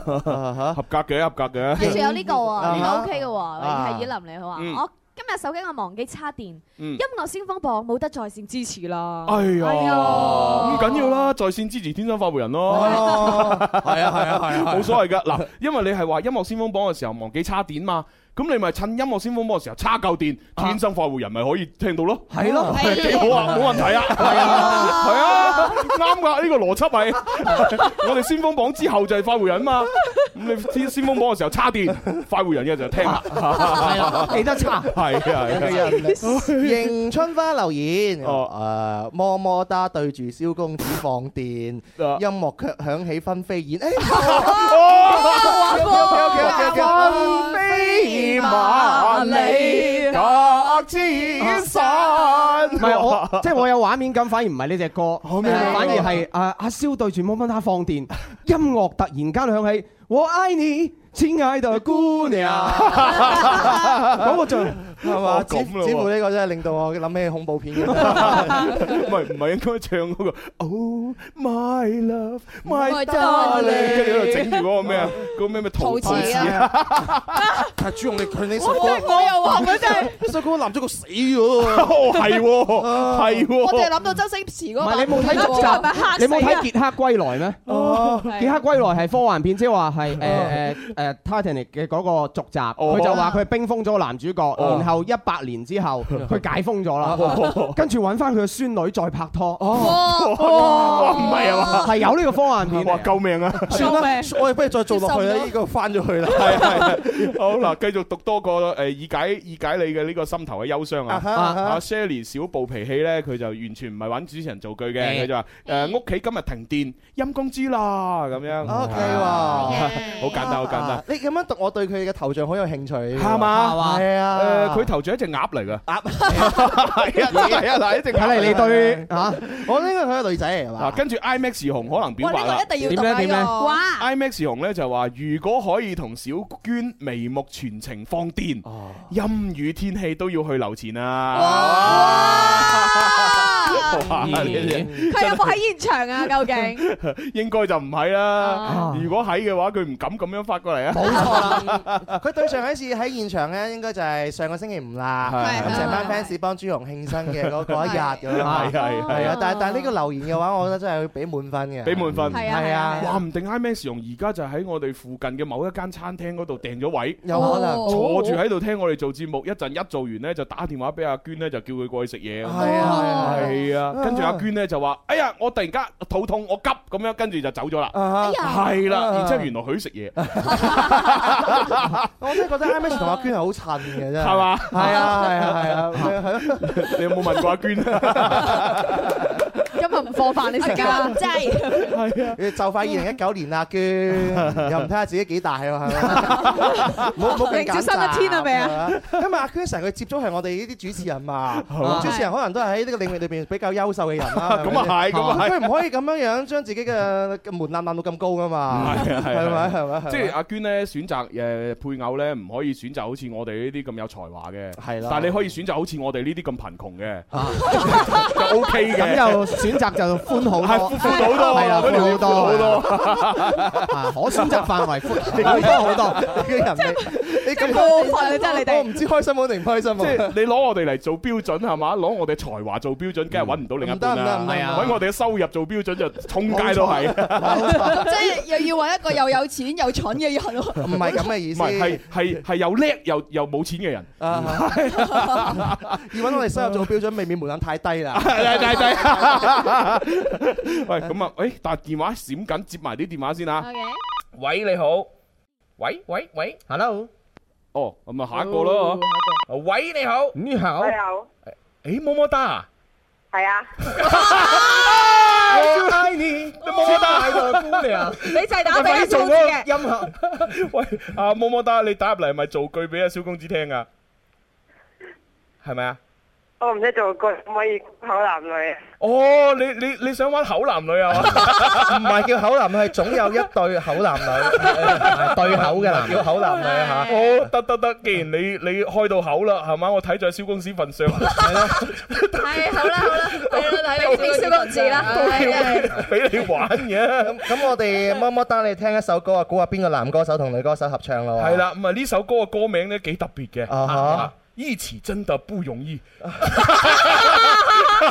S2: 合格嘅，合格嘅，
S4: 跟住有呢個喎，呢個
S2: 啊
S4: à. OK 嘅
S2: 啊
S4: 喎，係以林嚟佢話
S2: 嗯
S4: 我。今日手機我忘記插電，
S2: 嗯
S4: 音樂先鋒榜冇得在線支持啦。
S2: 哎呀，唔緊要啦，在線支持天生發福人咯，係啊係啊係啊，冇所謂噶。嗱，因為你係話音樂先鋒榜嘅時候忘記叉電嘛，咁你咪趁音樂先鋒波嘅時候叉夠電，天生快活人咪可以聽到咯。
S7: 係咯
S2: 係幾好 啊，冇問題啊。
S7: 係啊
S2: 係啊，啱噶呢個邏輯係。 我哋先鋒榜之後就係快活人啊嘛。咁你先先鋒榜嘅時候叉電，快活人嘅就聽啦。
S3: 係啦記得叉
S2: 係啊係啊。
S3: 迎春花留言，誒麼麼哒對住蕭公子放電，音
S2: 啊
S3: 樂卻響起紛飛燕。
S2: 飛萬里隔千 山。
S7: 唔 係我，即係我有畫面感，反而唔係呢只歌，
S2: 咩
S7: 反而係啊阿蕭對住摩摩他放電，音 樂突然間響起，我愛你，親愛的姑 娘，嗰個仲
S3: 係
S2: 哦
S3: 嘛？似
S2: 咁嘞喎
S3: 似乎呢個真係令到我諗起恐怖片嘅。
S2: 唔係唔係應該唱嗰個 Oh My Love My
S3: My
S2: Darling，
S3: darling
S2: 跟住喺度整住嗰個咩啊？嗰個咩咩陶
S3: 陶瓷
S2: 啊
S3: 啊！
S2: 但係朱紅，你佢你
S3: 首歌我真係我又話佢真係
S2: 呢首歌男主角死咗 哦，係喎，係喎。
S4: 我淨係諗到周星馳
S7: 唔
S4: 嗰
S7: 係
S4: 個
S7: 你冇睇
S4: 嗰個係咪嚇
S7: 嗰集，
S4: 死
S7: 你冇睇
S4: 啊
S7: 《傑克歸來》咩？
S2: 哦
S9: 啊
S7: 《傑克歸來》係科幻片，即係話係誒誒誒 Titanic 嘅嗰個續集，佢就話佢冰封咗個男主角，
S2: 哦
S7: 然後一百年之後佢解封咗啦
S2: 哦，
S7: 跟住揾翻佢嘅孫女再拍拖。
S2: 哦哇唔係啊嘛
S7: 係有呢個科幻片。哇！
S2: 救命啊！
S3: 算啦，我哋不如再做落去啦，呢個翻咗去啦。
S2: 係係好嗱，繼續讀多個誒，以解以解你嘅呢個心頭嘅憂傷啊
S3: 啊！哈啊哈
S2: 阿 Shelly 小暴脾氣咧，佢就完全唔係揾主持人造句嘅，佢就話誒屋企今日停電，陰公知啦咁樣。
S3: O K
S2: 啊
S3: Ờ, 喎，
S2: 好
S4: Ờ.
S2: 簡單好簡單
S3: 你咁樣讀，我對佢嘅頭像好有興趣。
S2: 係
S3: 係
S2: 嘛？
S3: 係啊。
S2: 誒佢頭像一隻鴨嚟㗎。 鴨
S3: 係
S2: 啊係啊嗱一隻鴨
S3: 睇嚟你
S7: 對嚇，
S3: 我呢個佢係女仔嚟係嘛？
S2: 嗱，跟住 IMAX 紅可能表白 啦
S3: 哇呢，個一定要讀啊點咧點咧呢個哇
S2: IMAX 紅咧就話，如果可以同小娟眉目全程放電，陰雨天氣都要去樓前啊！ 哇！呢啲
S4: 佢有冇喺現場啊？究竟？
S2: 應該就唔係
S3: 啊
S2: 啦。如果係嘅話，佢唔敢咁樣發過嚟啊！冇
S3: 佢對上一次喺現場咧，應該就係上個星期五啦，
S2: 係
S3: 咁成班 fans 幫朱紅慶生嘅嗰嗰一日咁樣啊。
S2: 係係係
S3: 係啊，但係但係呢個留言嘅話，我覺得真係要俾滿分嘅。
S2: 俾滿分，
S4: à,
S3: 係啊係啊。
S2: 話唔定 IMAX 用而家就喺我哋附近嘅某一間餐廳嗰度訂咗位，
S3: 有可能哦
S2: 坐住喺度聽我哋做節目，一陣一做完呢，就打電話俾阿娟呢，就叫佢過去食嘢。
S3: 係啊係啊
S2: 係啊，跟住阿娟呢，就話：哎呀，我突然間肚痛，我急咁樣，跟住就走咗啦。
S3: 哎
S2: 係啦，
S3: 啊
S2: 然之後原來佢食嘢，
S3: 我真係覺得 IMAX 同阿娟係好襯嘅，真係。
S2: 係嘛
S3: 係啊係啊係啊係啊係啊。
S2: 你有冇問過阿娟啊
S4: 今日唔放飯你食啊！
S3: 今你就快二零一九年啦，娟，又唔睇下自己幾大喎，係咪？冇冇咁
S4: 迎接新一天啦未啊？
S3: 因為阿娟成日佢接觸係我哋呢啲主持人嘛
S2: 嘛，
S3: 主持人可能都係喺呢個領域裏邊比較優秀嘅人啦。咪
S2: 咁啊係
S3: 先
S2: 咁啊係
S3: 佢唔可以咁樣樣將自己嘅門檻攬到咁高噶嘛？
S2: 係啊係
S3: 係咪
S2: 啊
S3: 係咪？係咪
S2: 即係阿娟咧選擇誒配偶咧，唔可以選擇好似我哋呢啲咁有才華嘅，係
S3: 啦
S2: 但係你可以選擇好似我哋呢啲咁貧窮嘅，就 OK 嘅。
S7: 咁又選擇就寬好
S2: 係
S7: 多，
S2: 寬闊好多
S7: 係啦，
S2: 嗰條
S7: 寬好多，
S2: 寬好
S7: 啊，可選擇範圍闊好多好多。
S3: 你個人你你咁
S4: 過分啊真係你哋
S3: 我唔知開心好定唔開心
S2: 即係
S3: 啊！
S2: 你攞我哋嚟做標準係嘛？攞我哋才華做標準，梗係揾唔到另一半
S3: 嗯唔得
S2: 啦
S3: 唔得唔。得唔得
S2: 揾我哋嘅收入做標準就通街都係。
S9: 即係又要揾一個又有錢又蠢嘅人咯。
S3: 唔係咁嘅意
S2: 唔
S3: 思，
S2: 係係係係又叻又又冇錢嘅人，
S3: 要揾我哋收入做標準，未免門檻太低啦。
S2: 係係 係。喂，咁啊，誒，但係電話閃緊，接埋啲電話先啊。喂，你好。喂喂喂，Hello。哦，咁啊，下一個咯。嗬喂，你好。你好
S14: 你好，
S2: 誒，麼麼噠。
S14: 系 啊，
S2: 我愛你，麼麼噠。姑娘。
S4: 你就係打俾阿
S2: 做個
S4: 小子嘅，
S2: 音效。喂，阿么么哒，你打入嚟係咪造句俾阿蕭公子聽啊？係咪啊？
S14: 我哦唔識做個唔可以口男女啊，
S2: 哦，你你你想玩口男女啊？
S3: 唔係叫口男女，係總有一對口男女，係對口嘅男，叫口男女嚇。
S2: 哦，得得得，既然你你開到口啦，係嘛？我睇在蕭公子份上，
S4: 係好啦好啦，係啦睇你小公子啦，
S2: 俾你玩嘅。
S3: 咁我哋麼麼噠，你聽一首歌啊，估下邊個男歌手同女歌手合唱咯喎
S2: 係啦，咁啊呢首歌嘅歌名咧幾特別嘅。
S3: 啊哈
S2: 啊依詞真特不容易，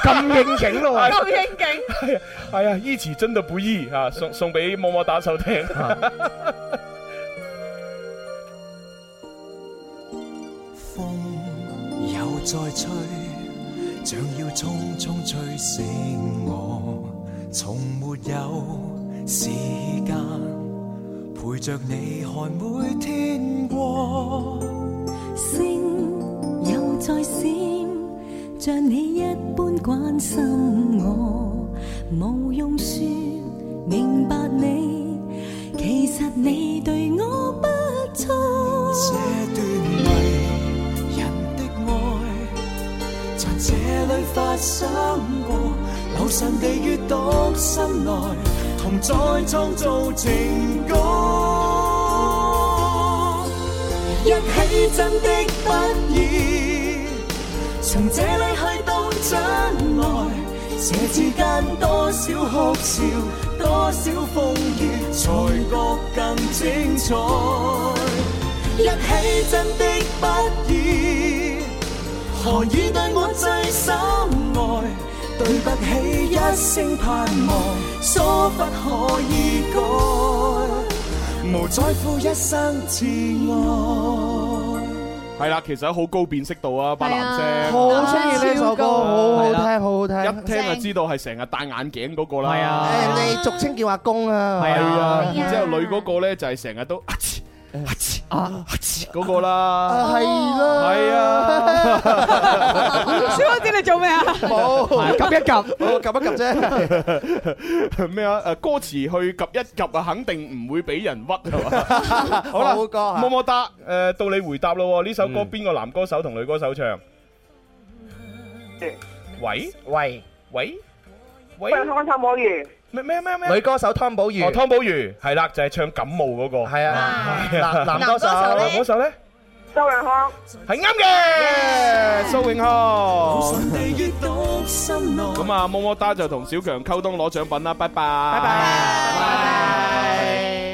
S3: 咁應景咯喎
S4: 咁應景。
S2: 係啊，係啊，依詞真特不易啊，送送俾麼啊麼打手聽。
S1: 風又再吹，像要匆匆吹醒我，從沒有時間陪着你看每天過。
S10: 星又再閃，像你一般關心我，無用說明白你，其實你對我不錯。
S1: 這段迷人的愛，在這裏發生過，留神地閲讀心內，同在創造情歌。
S10: 一起真的不易，從這裏去到將來，這之間多少哭笑，多少風雨，才覺更精彩。一起真的不易，何以對我最深愛？對不起一聲盼望，疏忽可以改，無再付一生自愛。
S2: 系啦，其實好高辨識度啊，把
S10: 係
S2: 男
S10: 啊
S2: 聲
S3: 好中意呢首歌，好好
S2: 係啦
S3: 聽，好好聽。
S2: 一聽就知道係成日戴眼鏡嗰個啦。係啊
S3: 誒你俗稱叫阿公啊，
S2: 係啊，然之後女嗰個咧就係成日都啊切啊切嗰個啦，
S3: 係啦，
S2: 係啊，
S3: 小
S2: 開姐你做咩啊？冇，
S7: 及一及，
S2: 我及一及啫。咩啊？誒歌詞去及一及啊，肯定唔會俾人屈係嘛？好啦，
S3: 好歌啊
S2: 麼麼哒，誒到你回答咯喎。呢首歌邊個男歌手同女歌手唱？喂喂喂喂，
S14: 香港冇魚。
S2: 咩咩咩咩？
S15: 女歌手湯寶如
S2: 哦，，湯寶如係啦，就係唱感冒嗰個。係
S3: À.
S15: 啊男男歌手
S2: 男歌手咧，
S14: 周永康
S2: 係啱嘅，蘇永
S10: 留
S2: 康
S10: 神。地閲讀心內。
S2: 咁啊，么么哒就同小強溝通攞獎品啦，拜拜。拜拜。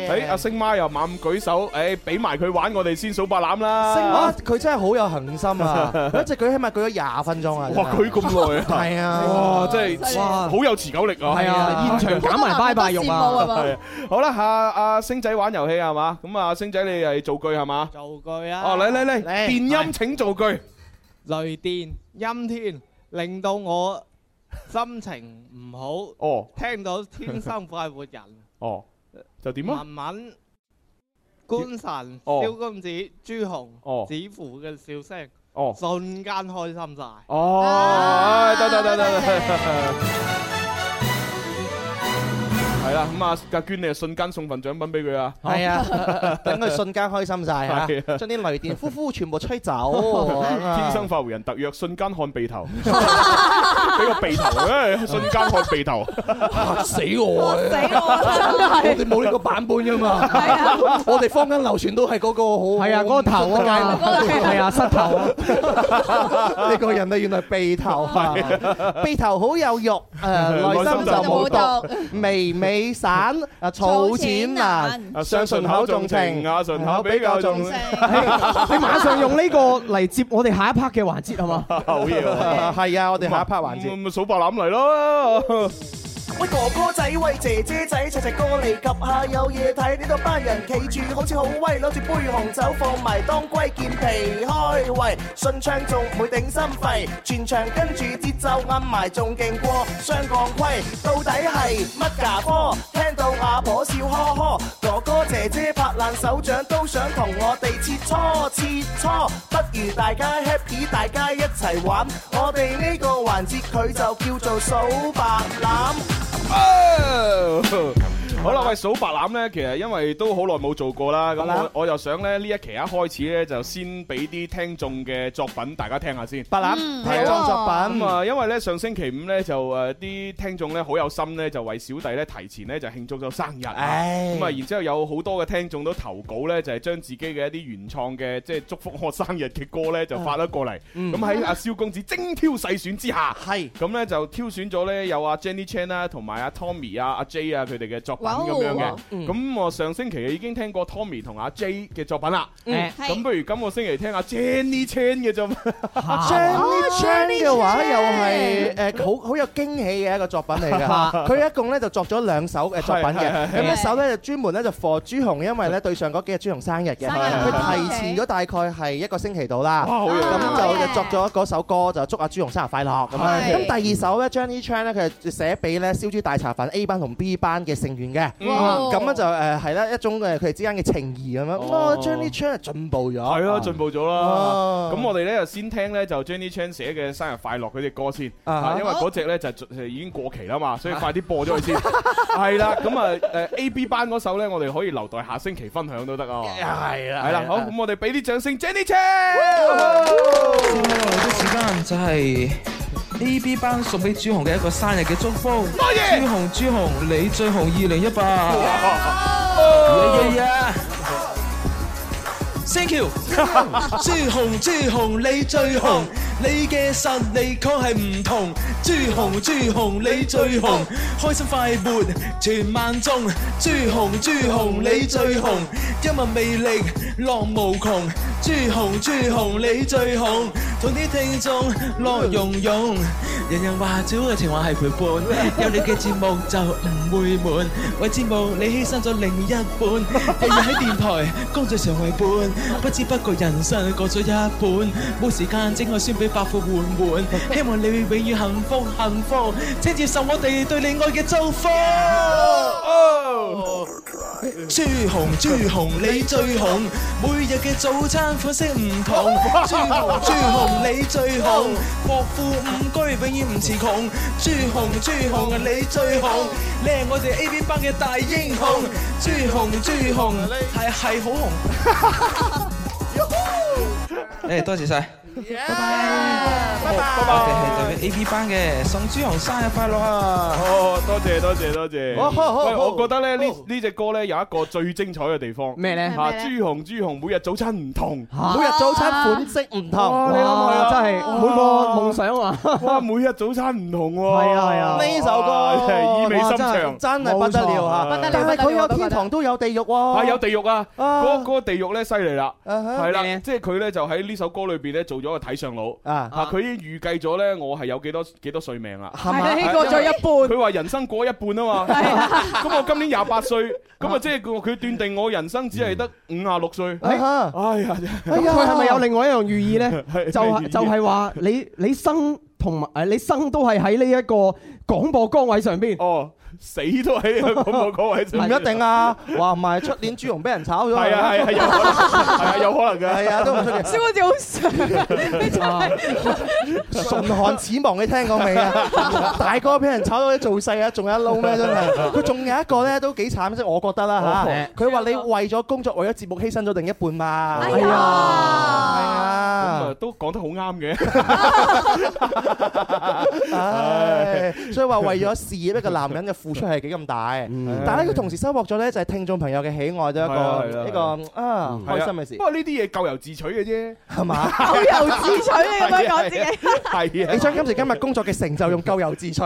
S2: 誒，阿星媽又猛咁舉手，誒，俾埋佢玩我哋先數白欖啦。
S3: 星媽佢真係好有恒心 啊！佢一直舉起碼舉咗廿分鐘啊！
S2: 哇，佢咁耐啊！
S3: 係啊
S2: 哇，真係好有持久力啊！
S7: 係啊現場減埋拜拜肉啊好多男
S2: 係
S7: 人
S2: 啊好啦，阿阿星仔玩遊戲係嘛？咁啊，星仔你係造句係嘛？
S12: 造句啊！
S2: 哦，嚟嚟嚟，電音請造句。
S12: 雷電陰天，令到我心情唔好。
S2: 哦，
S12: 聽到天生快活人，
S2: 哦，就點啊？
S12: 文文、官神、
S2: 哦
S12: 蕭公子、朱
S2: 哦
S12: 紅、子父嘅笑聲，
S2: 哦
S12: 瞬間開心晒。
S2: 哦，唉得得得得得。係啦，咁啊，阿娟你啊瞬間送份獎品俾佢啊！
S3: 係啊，等佢瞬間開心晒嚇，
S2: 係啊
S3: 將啲雷電呼呼全部吹走。
S2: 天生發福人特約，瞬間看鼻 頭，俾個鼻頭， 唉瞬間看鼻頭，
S15: 嚇死我啊！
S3: 真係
S15: 我哋冇呢個版本噶嘛，我哋坊間流傳都係嗰個好
S7: 係啊嗰個頭啊嘛係啊膝頭
S3: 呢個人啊，原來鼻頭 啊，鼻頭好有肉，誒 內心就冇毒，眉尾散，誒 儲錢難，
S2: 上唇啊口重情， 下唇口比較 重，
S7: 你馬上用呢個嚟接我哋下一 part 嘅環節係嘛？
S2: 好嘢喎！
S3: 係啊，我哋下一 part 環
S2: 節，咪數白欖嚟咯！
S6: 喂哥哥仔，喂姐姐仔，齊齊過嚟及下有嘢睇。呢度班人企住好似好威，攞住杯紅酒放埋當歸健脾開胃，順暢仲唔會頂心肺，全場跟住節奏暗埋仲勁過雙槓規，到底係乜牙科？聽到阿婆笑呵呵，哥哥姐姐拍爛手掌都想同我哋切磋切磋，不如大家 happy，大家一齊玩。我哋呢個環節佢就叫做數白欖。
S2: 哦好啦，喂，數白欖咧，其實因為都好耐冇做過啦，咁我我就想咧呢一期一開始咧就先俾啲聽眾嘅作品大家聽下先。
S3: 白欖嗯聽眾作品
S2: 咁啊，因為咧上星期五咧就誒啲聽眾咧好有心咧就為小弟咧提前咧就慶祝咗生日。咁
S3: 唉
S2: 啊，然之後有好多嘅聽眾都投稿咧，就係將自己嘅一啲原創嘅即係祝福我生日嘅歌咧就發咗過嚟。
S3: 嗯
S2: 咁喺阿蕭公子精挑細選之下，
S3: 係
S2: 咁咧就挑選咗咧有阿 Jenny Chan 啦，同埋阿 Tommy 啊、阿 J 啊佢哋嘅作品咁樣
S3: 哇
S2: 嘅
S3: 哦。
S2: 咁我上星期已經聽過 Tommy 同阿 J 嘅作品啦。
S3: 嗯係
S2: 咁不如今個星期聽阿 Jenny Chan 嘅作品。啊哦
S3: Jenny Chan 嘅話又
S2: Jenny。
S3: 係誒好好有驚喜嘅一個作品嚟㗎 佢一共咧就作咗兩首嘅作品
S2: 係係係
S3: 嘅，咁一首咧就專門咧就 for 朱紅，因為咧對上嗰幾日朱紅生日嘅，佢提前咗大概係一個星期到啦。
S2: 啊好嘢
S3: 咁就作咗嗰首歌就祝阿朱紅生日快樂咁樣。
S2: 係
S3: 咁第二首咧 Jenny Chan 咧佢係寫俾咧燒豬大茶飯 A 班同 B 班嘅成員
S2: 嗯
S3: 嘅，啊
S2: 哇
S3: 咁咧就誒係啦一種誒佢哋之間嘅情誼咁
S2: 哦
S3: 樣。哦哇，Jenny Chan 係進步咗，
S2: 係啊咯，進步咗啦
S3: 哦。
S2: 咁我哋咧就先聽咧就 Jenny Chan 寫嘅生日快樂嗰只歌先，
S3: 啊
S2: 啊因為嗰只咧就就已經過期啦 嘛，所以快啲播咗佢先。係啦，咁啊誒 A B 班嗰首咧，我哋可以留待下星期分享都得啊。
S3: 係啦
S2: 係啦
S3: 係，啦
S2: 好，咁我哋俾啲掌聲 Jenny Chan。
S16: 接落嚟嘅時間就係 A B 班送俾朱紅嘅一個生日嘅祝福。朱紅朱紅，你最紅二零一八。呀呀呀！Thank you，朱紅朱紅你最紅，你嘅實力確係唔同。朱紅朱紅你最紅，開心快活全萬眾。朱紅朱紅你最紅，音樂魅力浪無窮。朱紅朱紅你最紅，同啲聽眾樂融融。人人話主嘅情話係陪伴， 有你嘅節目就唔會悶。為節目你犧牲咗另一半，日 日喺電台工作常為伴，不知不覺人生過咗一半，冇時間整個孫俾伯父換換。希望你永遠幸福幸福，請接受我哋對你愛嘅祝福。朱紅朱紅你最紅，每日嘅早餐款式唔同。朱紅朱紅你最紅，國富五居永遠唔詞窮。朱紅朱紅你最紅，你係我哋 A B 班嘅大英雄。朱紅朱紅係係好紅。 誒，多謝晒，拜拜，拜拜。我哋係代表 A B 班嘅，送朱紅生日快樂啊！
S2: 哦，多謝多謝多謝。
S16: 哦好好
S2: 喂，
S16: 好
S2: 我覺得咧呢呢只歌咧有一個最精彩嘅地方。
S3: 咩呢
S2: 嚇，
S3: 咩呢
S2: 朱紅朱紅，每日早餐唔同。
S3: 每日早餐款式唔同，
S2: 想啊！哇，每日早餐唔同喎。
S3: 係啊係啊，呢首歌
S2: 真係意味深長，
S3: 真係不得了
S2: 冇錯
S3: 嚇！但係佢有天堂都有地獄喎，
S2: 啊有地獄啊！
S3: 啊
S2: 嗰嗰個地獄咧犀利啦，
S3: 啊哈
S2: 係啦，即係佢咧就喺呢首歌裏邊咧做咗個睇相佬
S3: 啊
S2: 啊！佢已經預計咗咧我係有幾多幾多歲命啦，
S3: 係咪
S2: 係
S3: 過咗一
S2: 半。佢話人生過一半啊嘛， 咁我今年廿八歲，咁啊即係佢佢斷定我人生只係得五廿六歲。
S3: 啊
S7: 哎
S2: 哎呀！
S7: 咁佢係咪有另外一樣寓意咧？就
S2: 咩寓
S7: 係
S2: 意
S7: 就係話你你生同埋誒你生都係喺呢一個廣播崗位上邊。
S2: 哦，死都喺呢個廣播崗位上
S3: 唔
S2: 邊
S3: 一定啊！話唔埋出年朱紅俾人炒咗，
S2: 係啊係啊有可能係啊有可能㗎
S3: 係啊都唔出奇。
S2: 蕭
S3: 好似好想，你真唇寒齒亡，你聽過未 啊？大哥俾人炒咗做細啊，仲有一撈咩真係？佢仲有一個咧都幾慘，即係我覺得啦嚇。佢話你為咗工作為咗節目犧牲咗另一半嘛。哎
S2: 咁
S3: 呀，係啊
S2: 啊。都講得好啱嘅。
S3: 唉，所以話為咗事業一個男人嘅付出係幾咁大，但係咧佢同時收穫咗咧就係聽眾朋友嘅喜愛，都一
S2: 係啊係
S3: 個
S2: 啊
S3: 一個啊
S2: 係啊
S3: 開心嘅事
S2: 不。過呢啲嘢咎由自取嘅啫，
S3: 係嘛？
S2: 咎
S3: 由自取你咁樣講自己
S2: 己係啊！
S3: 你將今時今日工作嘅成就用咎由自取，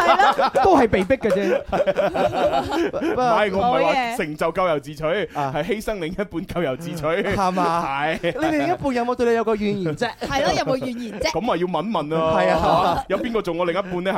S7: 都係被 逼嘅啫。
S2: 唔係我唔係話成就咎由自取，係犧牲另一半咎由自取，
S3: 係嘛？
S2: 係。
S3: 你哋另一半有冇對你有個怨 言啫？
S9: 係咯，有冇怨言啫？
S2: 咁啊要問問啊，
S3: 係啊
S2: 嘛有邊個做我另一半 咧？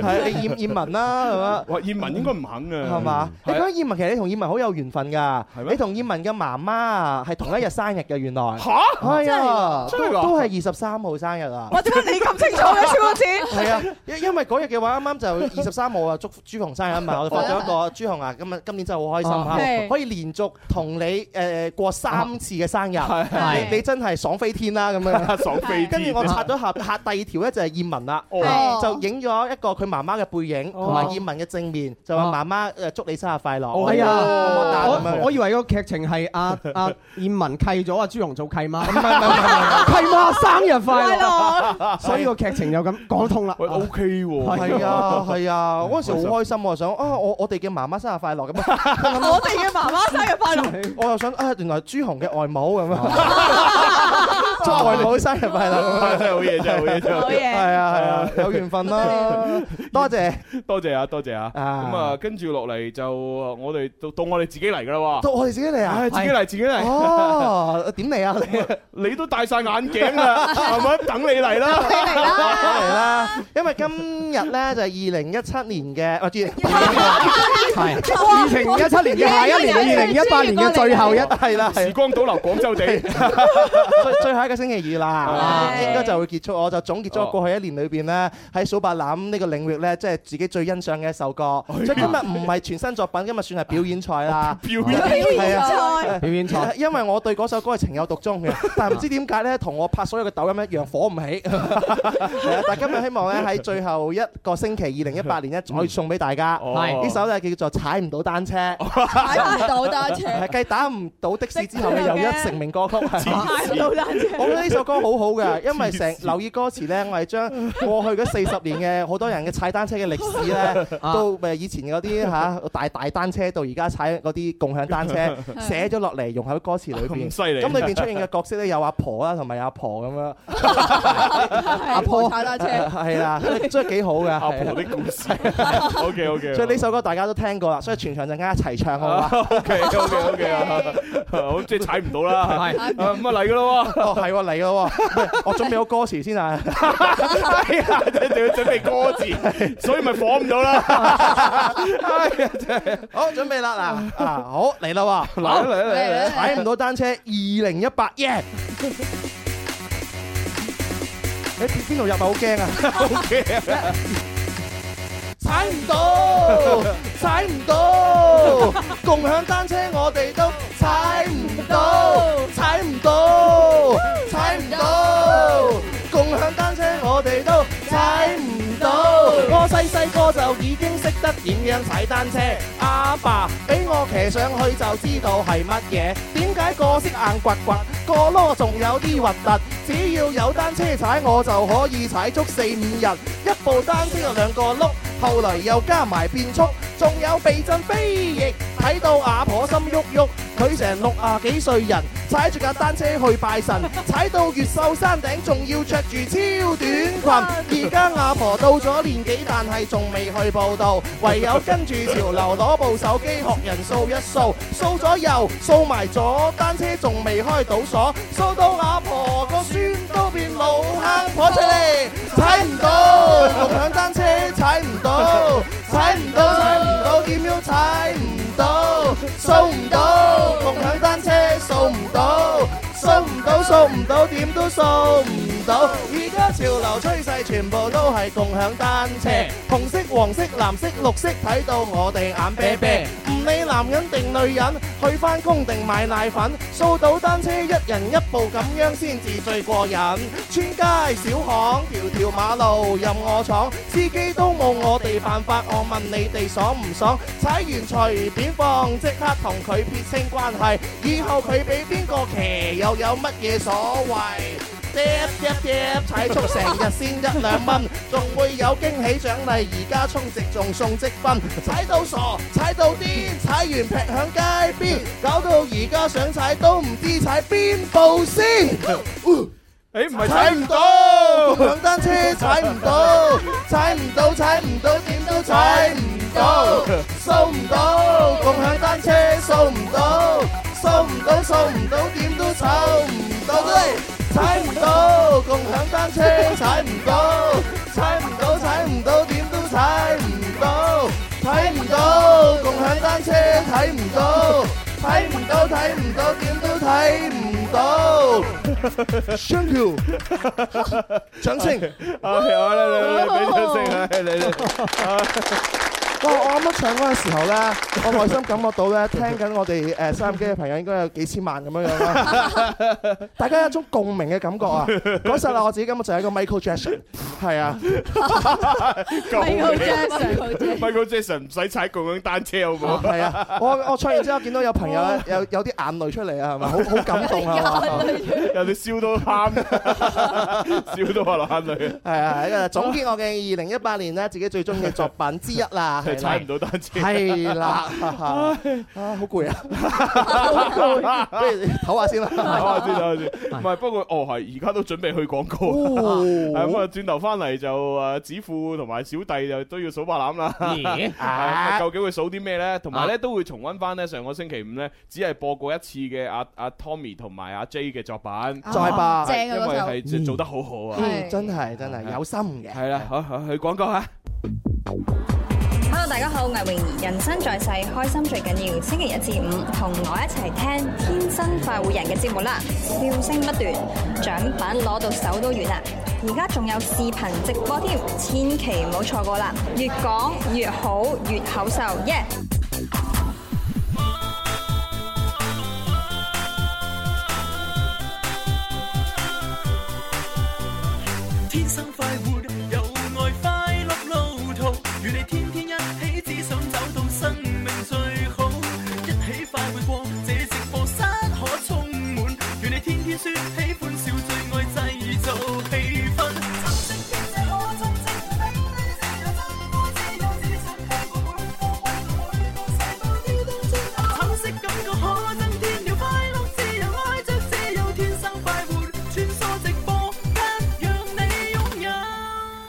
S3: 係你葉葉文啦，係嘛？
S2: 哇，葉文應該唔肯啊，
S3: 係嘛？你
S2: 係
S3: 講
S2: 啊
S3: 葉文，其實你同葉文好有緣分㗎。你同葉文嘅媽媽啊係同一日生日 嘅，原來
S2: 嚇
S3: 係啊，
S2: 真係㗎真係
S3: 都
S2: 㗎
S3: 都係二十三號生日 啊！
S17: 哇點解你咁清楚嘅蕭公子
S3: 係啊，因因為嗰日嘅話，啱啱就二十三號啊，祝朱紅生日啊嘛，我哋發咗一個朱紅啊，今日今年真係好開
S2: 哦
S15: 啊
S3: 心嚇，
S15: 係
S3: 可以連續同你誒過三次嘅生日
S15: 係係，
S3: 你你真係爽飛天啦咁樣，
S2: 爽飛天
S3: 跟住我刷咗下下第二條咧就係葉文啦，
S2: 哦
S3: 就影咗一個佢媽媽嘅背影同埋葉文嘅正面，就話媽媽誒祝你生日快樂，
S7: 係啊，
S3: 麼麼噠哦咁
S7: 我
S3: 樣
S7: 我以為個劇情係阿阿燕文契咗阿朱紅做契媽，
S3: 唔
S7: 契媽生日快
S3: 快樂
S7: 樂，所以個劇情就咁講通啦。
S2: O K 喎
S3: 係啊係啊，嗰陣時好開心，我想啊我我哋嘅媽媽生日快樂咁啊，我
S17: 哋嘅媽媽生日快樂，
S3: 我又想啊原來朱紅嘅外母咁啊， 祝外母生日快樂！
S2: 真係好嘢，真係好嘢，真係
S3: 好嘢係啊係啊有 緣分啦！多謝，
S2: 多謝啊，多謝啊！咁啊，跟住落嚟就我哋到到我哋自己嚟噶啦喎，
S3: 到我哋自己嚟啊！
S2: 唉自己嚟，自己嚟。
S3: 哦，點嚟啊？
S2: 你你都戴晒眼鏡啦，係咪？等你嚟啦，
S3: 你嚟啦，嚟啦！因為今日咧就係二零一七 年嘅，啊或者
S7: 係二零一七年嘅下一年， 二零一八年嘅最後一
S3: 係啦，
S2: 時光倒流廣州地，
S3: 最最後一個星期二啦，哦
S2: 係
S3: 應該就會結束。我就總結咗過去一年裏邊咧，喺數白欖呢個領域咧，即係自己最欣賞嘅一首歌。所以今日唔係全新作品，今日算係表演賽 啦。
S2: 表
S7: 演賽
S3: 係啊
S7: 表演賽
S3: 因為我對嗰首歌係情有獨鍾嘅， 但係唔知點解咧，同我拍所有嘅抖音一樣火唔起。 係啊但係今日希望咧喺最後一個星期，二零一八年咧再送俾大家。
S7: 係
S3: 呢首咧叫做踩唔到單車，
S9: 踩唔到單車
S3: 係繼打唔到的士之後嘅又一成名歌曲。
S9: 踩唔到單車
S3: 我覺得呢首歌好好嘅，因為成留意歌詞咧，我係 將過去嗰四十年嘅好多人嘅踩單車嘅歷史咧，
S7: 啊
S3: 到誒以前嗰啲嚇大大單車到而家踩嗰啲共 享單車，寫咗落嚟融喺歌詞裏邊。
S2: 咁犀利
S3: 咁裏邊出現嘅角色咧有阿婆啊啦，同埋阿婆咁樣。
S9: 阿婆踩單車，
S3: 係啦， 真係幾好嘅。阿
S2: 婆的故事。OK OK。
S3: 所以呢首歌大家都聽過啦，所以全場陣間一齊唱好啊 嘛。
S2: O K O K O K 啊，好即係踩唔到啦，
S3: 係
S2: 啊咁啊嚟噶咯喎，
S3: 哦，係喎，嚟咯喎，我準備好歌詞先啊。
S2: 係啊，就要準備歌詞，所以咪火唔到啦。
S3: 好，準備 啦嗱，啊好嚟啦喎，
S2: 嚟嚟嚟嚟
S3: 踩唔到單車，二零一八耶！ 你邊度入啊？ 好驚啊！
S2: 好驚
S3: 啊！踩唔到，踩唔到， 共享單車我哋都踩唔到，踩唔到，踩 唔到，共享單車我哋都踩唔到。我細細個就已經識得點樣踩單車，阿爸俾我騎上去就知道係乜嘢。點解個色硬掘掘，個囉仲有啲核突？只要有單車踩我就可以踩足四五日，一部單車有兩個轆。後來又加埋變速，仲有避震飛翼，睇到阿婆心喐喐。佢成六啊幾歲人，踩住架單車去拜神，踩到越秀山頂，仲要着住超短裙。而家阿婆到咗年紀，但係仲未去報道，唯有跟住潮流攞部手機學人掃一掃，掃咗右，掃埋左，單車仲未開到鎖，掃到阿婆個孫都變老坑婆出嚟，踩唔到，共享單車踩唔到，踩唔到，踩唔到，點樣踩唔到，掃唔到，共享單車掃唔到，掃唔到，掃唔到，點都掃唔到。而家潮流趨勢全部都係共享單車，紅色、黃色、藍色、綠色，睇到我哋眼啤啤。唔理男人定女人，去翻工定買奶粉，掃到單車一人一部咁樣先至最過癮。村街小巷，條條馬路任我闖，司機都冇我哋辦法。我問你哋爽唔爽？踩完隨便放，即刻同佢撇清關係。以後佢俾邊個騎，又有乜嘢所謂？嗒嗒嗒，踩足成日先一兩蚊，仲會有驚喜獎勵，而家充值仲送積分，踩到傻，踩到癲，踩完劈響街邊，搞到而家想踩都唔知踩邊步先。
S2: 誒唔係
S3: 踩
S2: 踩
S3: 唔
S2: 唔
S3: 到，
S2: 到，
S3: 共享單車踩唔到，踩唔到，踩唔到，點都踩唔到，掃唔到，共享單車掃唔到，掃唔到，掃唔到，點都掃唔到，踩唔到，共享單車踩唔到，踩唔到，踩唔到，點都踩唔到，睇唔到，共享單車睇唔到，睇唔到，睇唔到，點都睇唔到。Thank you，掌聲！
S2: 啊，係啊嚟嚟嚟，俾掌聲啊，嚟嚟。啊
S3: 哇！我啱啱唱嗰陣時候咧，我內心感覺到咧， 聽緊我哋誒收音機嘅朋友應該有幾千萬咁樣樣啦，大家有一種共鳴嘅感覺啊！嗰陣啊，我自己根本就係一個 Michael Jackson，係啊，
S2: Michael Jackson，Michael Jackson 唔使踩共享單車好唔好？
S3: 係啊！我我唱完之後見到有朋友咧有有啲眼淚出嚟啊，係咪？好好 感動啊！
S2: 人哋笑到 喊，笑到我流眼淚。
S3: 係啊，總結我嘅二零一八年咧，自己最中意嘅作品之一啦，
S2: 真係
S3: 係
S2: 踩唔到單車。
S3: 係啦，啊好攰啊， 好攰，不如你唞下先啦。
S2: 啊知道知道唔係不過哦係，而家都準備去廣告。
S3: 哦
S2: 係咁啊，轉頭翻嚟就誒子富同埋小弟就都要數白欖 啦。
S18: 咦
S3: 啊
S2: 係咁究竟會數啲咩咧？同埋咧
S18: 啊
S2: 都會重温翻咧上個星期五咧，只係播過一次嘅阿阿 Tommy 同埋阿 J 嘅作品。
S3: 再吧
S2: 係
S3: 正啊嗰首
S2: 因為係做得好好啊。
S3: 嗯，真係真係有心嘅。
S2: 係啦，好好去廣告嚇。
S19: Hello，大家好，魏榮兒，人生在世，開心最緊要。星期一至五，同我一齊聽《天生快活人》嘅節目啦，笑聲不斷，獎品攞到手都軟啦。而家仲有視頻直播添，千祈唔好錯過啦！越講越好，越口秀，耶、
S10: 天生快活，有愛快樂路途，與你天天一起，只想找到生命最好。一起快活過，這直播室可充滿，與你天天說喜歡笑，最愛製造氣氛。珍惜天際可珍惜，飛飛自由，自由自信，飛過每個溫度，每個細胞跳動轉動。橙色感覺可增添了快樂，自由愛着自由，天生快活，穿梭直播間，讓你擁有。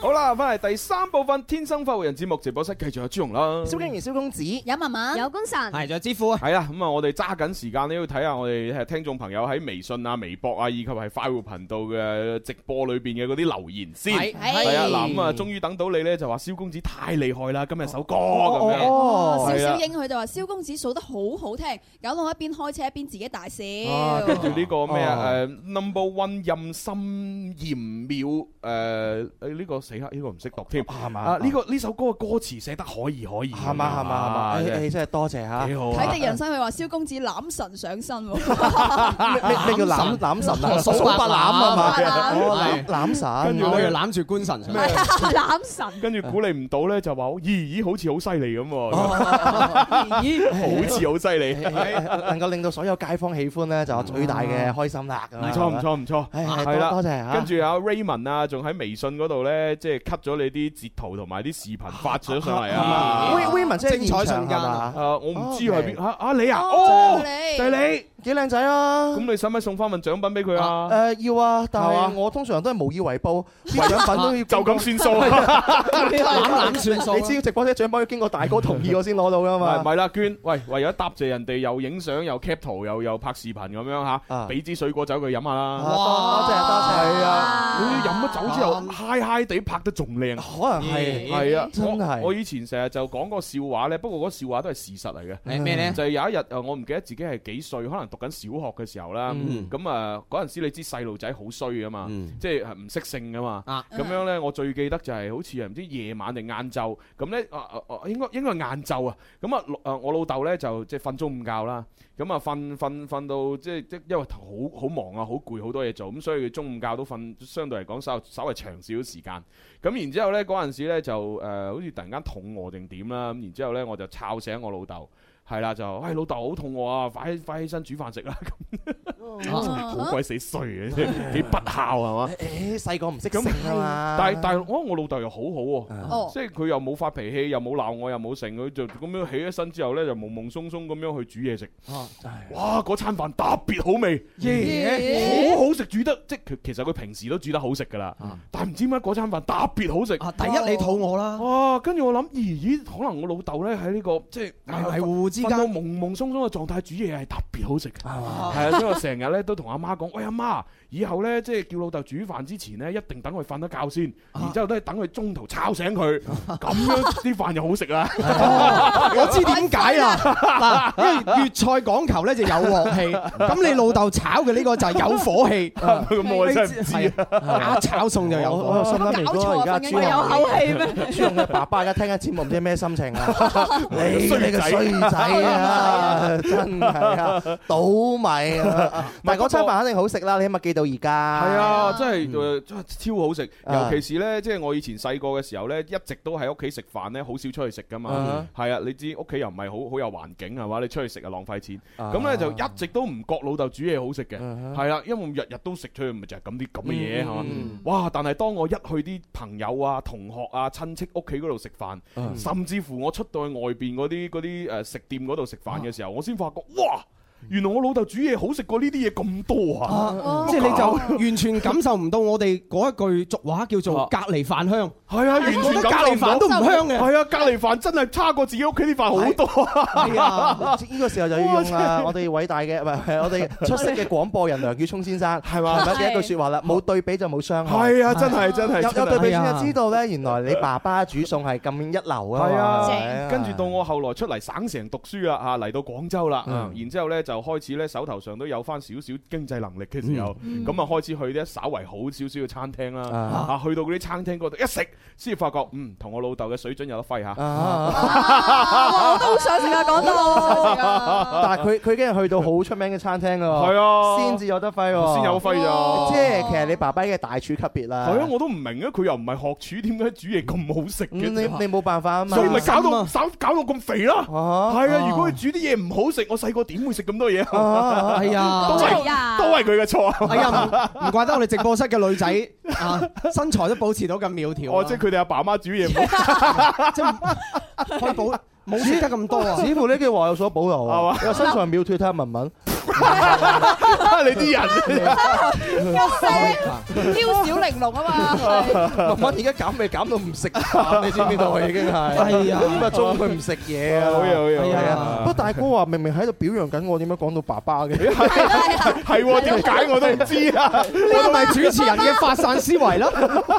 S2: 好啦，翻嚟第三部分《天生發育人》節目直播室，繼續有朱紅啦。
S3: 蕭敬仁、蕭公子，
S9: 有文文，
S4: 有官神，
S2: 仲有支付啊！係啦，咁啊，我哋揸緊時間咧，要睇下我哋係聽眾朋友喺微信啊、微博啊，以及係快活頻道嘅直播裏邊嘅嗰啲留言先。
S3: 係哎係
S2: 係啊，嗱咁啊，終於等到你咧，就話蕭公子太厲害啦，今日首歌咁樣。
S9: 哦，小
S2: 係
S9: 小
S2: 啊
S9: 英佢就話蕭公子數得好好聽，搞到我一邊開車一邊自己大笑。
S2: 啊，跟住呢個咩啊？誒
S3: 哦
S2: ，number one 任心嚴妙誒，誒呢個死黑，呢個唔識讀添，係
S3: 嘛
S2: 啊，呢個呢首歌嘅歌詞寫得可以可以，啊
S3: 係嘛係嘛係嘛，哎你你真係多謝嚇。
S2: 幾好啊
S9: 睇敵人生佢話蕭公子攬神上身喎，
S3: 咩咩咩叫攬攬神 啊？
S7: 數白
S3: 數白攬啊嘛，
S7: 數白攬
S3: 哦
S7: 係
S3: 攬攬神，
S7: 跟住
S2: 我
S7: 咧
S2: 又
S7: 攬住官神上。
S9: 攬神。
S2: 跟住鼓勵唔到咧，就話咦咦，好似好犀利咁
S3: 哦 哎
S2: 喎，咦好似好犀利，
S3: 能夠令到所有街坊喜歡咧，就最大嘅開心啦！咁
S2: 唔
S3: 樣
S2: 啊錯唔錯唔錯，
S3: 唉係
S2: 係啦，
S3: 多多謝嚇
S2: 跟住阿 Raymond 啊，仲喺微信嗰度咧，即係 cut 咗你啲截圖同埋啲視頻發咗上嚟啊
S3: 威威文即係現場係嘛
S2: 啊！我唔知係邊啊啊你啊，
S3: 哦
S2: 哦，就
S3: 就係你
S2: 係你，
S3: 幾靚仔啊！
S2: 咁你使唔使送翻份獎品俾佢啊？
S3: 誒要啊，但
S2: 係
S3: 係
S2: 嘛
S3: 我通常都係無以為報，啲獎品都要
S2: 就咁算數啊
S3: 攬
S2: 攬攬算數啊
S3: 你知直播室獎品要經過大 哥同意我先攞到噶
S2: 唔係
S3: 嘛
S2: 唔？係啦，娟，喂，為咗答謝人哋又影相又 cap 圖又又拍視頻咁樣吓，俾支水果酒佢飲下啦。
S3: 哇多謝多
S2: 係
S3: 謝
S2: 啊！你飲咗酒之後，嗨嗨地拍得仲靚，可
S3: 能係
S2: 係啊，
S3: 真係
S2: 我我以前成日就講個笑話咧，不過嗰個笑話都係事實嚟嘅。
S3: 係咩呢
S2: 就係有一日誒，我唔記得自己係幾歲，可能讀緊小學嘅時候啦。
S7: 嗯
S2: 咁啊，嗰陣時你知細路仔好衰噶嘛，即係唔識性噶嘛。
S7: 啊
S2: 咁樣咧，我最記得就係好似係唔知夜晚定晏晝咁咧，啊啊啊，應該應該係晏晝啊。咁啊，誒我老豆咧就即係瞓中午覺啦。咁啊，瞓瞓瞓到即係即係因為好好忙啊，好攰，好多嘢做，咁所以佢中午覺都瞓，相對嚟講稍稍為長少少時間。咁然之後咧，嗰陣時咧就誒、呃好似突然間肚餓定點啦。咁然之後咧，我就吵醒我老豆。係啦，就喂老豆好肚餓啊，快快起身煮飯食啦！咁 好鬼死衰嘅，幾不孝啊係嘛？
S3: 誒細個唔識性啊嘛，
S2: 但係但係，我我老豆又好好
S3: 哦
S2: 喎，即係佢又冇發脾氣，又冇鬧我，又冇成，佢就咁樣起咗身之後咧，就懵懵鬆鬆咁樣去煮嘢食。
S3: 嗯
S2: 哇！嗰餐飯特別好味，
S7: 耶
S2: 好好食煮得，即係佢其實佢平時都煮得好食噶啦，
S3: 啊
S2: 但係唔知點解嗰餐飯特別好食。
S7: 第一你肚餓啦，
S2: 哇！跟住我諗，咦咦，可能我老豆咧喺呢個即係
S7: 迷迷糊糊之間
S2: 瞓到朦朦鬆鬆嘅狀態煮嘢係特別好食嘅，係啊，所以我成日咧都同阿媽講，喂阿媽，以後咧即係叫老豆煮飯之前咧，一定等佢瞓得覺先，然之後都係等佢中途吵醒 佢，咁樣啲飯就好食啊 啦。
S7: 我知點解啦。嗱，因為粵菜講求咧就有鑊氣，咁你老豆炒嘅呢個就係有火氣。
S2: 咁我真係唔知
S7: 啊！炒餸就有
S3: 我我
S7: 火
S3: 有心諗，如果而家朱紅
S7: 有口氣咩
S3: 朱紅嘅爸爸而家聽緊節目，唔知咩心情啊？你
S2: 衰
S3: 你個
S2: 仔
S3: 衰仔係啊，真係啊，倒米啊！但係嗰餐飯肯定好食啦，你起碼記到而
S2: 系
S3: 家。
S2: 啊，真系诶，真係超好食。
S3: 啊
S2: 尤其是咧，即係我以前細個嘅時候咧，一直都喺屋企食飯咧，好少出去食噶嘛
S3: 啊。
S2: 係啊，你知屋企又唔係好好有環境係嘛，你出去食啊嗯浪費錢。
S3: 啊
S2: 咁咧就一直都唔覺老豆煮嘢好食嘅，係啦，因為日日都食出去，咪就係咁啲咁嘅嘢係嘛
S3: 嗯。
S2: 哇！但係當我一去啲朋友啊、同學啊、親戚屋企嗰度食飯，
S3: 嗯
S2: 甚至乎我出到去外邊嗰啲嗰啲誒食店嗰度食飯嘅時候，我先發覺哇！原來我老豆煮嘢好食過呢啲嘢咁多啊！
S7: 即係你就
S9: 哦
S7: 完全感受唔到我哋嗰一句俗話叫做隔離飯香。
S2: 係啊，完全
S7: 覺得隔離飯都唔香嘅。
S2: 係啊，隔離飯真係差過自己屋企啲飯好多啊！
S3: 係啊，呢個時候就要用啊，
S2: 哇
S3: 我哋偉大嘅唔係係我哋出色嘅廣播人梁宇聰先生係
S2: 嘛
S3: 係咪一句説話啦？冇對比就冇傷害。
S2: 係啊真係真係真
S3: 有
S2: 係
S3: 有對比先就知道咧，原來你爸爸煮餸係咁一流啊嘛。
S2: 係
S3: 係
S2: 啊，跟住到我後來出嚟省城讀書啦，啊嚟到廣州啦，
S3: 嗯
S2: 啊然之後咧就開始咧手頭上都有翻少少經濟能力嘅時候，
S3: 嗯
S2: 咁啊開始去啲稍為好少少嘅餐廳啦，
S3: 啊
S2: 啊去到嗰啲餐廳嗰度一食，先發覺嗯同我老豆嘅水準有得揮下。
S3: 啊
S9: 我都好想食啊！講到我好想食啊！
S3: 但係佢佢已經係去到好出名嘅餐廳㗎喎，
S2: 係啊
S3: 先至有哦得揮喎，
S2: 先有得揮咋
S3: 即係其實你爸爸已經係大廚級別啦。
S2: 係啊，我都唔明啊，佢又唔係學廚，點解煮嘢咁好食
S3: 嗯
S2: 嘅？
S3: 你你冇辦法啊嘛，
S2: 所以咪搞到
S3: 啊哦
S2: 搞搞到咁肥啦，係啊！如果佢煮啲嘢唔好食，我細個點會食咁多嘢啊？
S7: 啊係啊
S2: 都係
S7: 係
S3: 哦
S7: 啊
S2: 都係佢嘅錯。
S7: 哎呀，唔唔怪得我哋直播室嘅女仔啊，身材都保持到咁苗條啊。
S2: 哦，即係佢哋阿爸媽煮嘢唔 好，
S7: 可以保冇食得咁多啊。
S3: 似乎呢句話有所保留
S2: 係
S3: 啊
S2: 嘛！
S3: 你話身材苗條睇下文文，
S2: 你啲人。啊
S9: 嬌小玲瓏啊嘛，
S3: 文文而家減肥減到唔食飯，你 知唔知道啊？已經係
S7: 係啊
S3: 呢個中佢唔食嘢啊！
S2: 好嘢好嘢好嘢
S3: 係啊！不過大哥話明明喺度表揚緊我，點解講到爸 爸嘅？
S2: 係
S3: 啊
S2: 喎，點解我都唔知 啊！
S7: 呢個咪主持人嘅發散思維咯。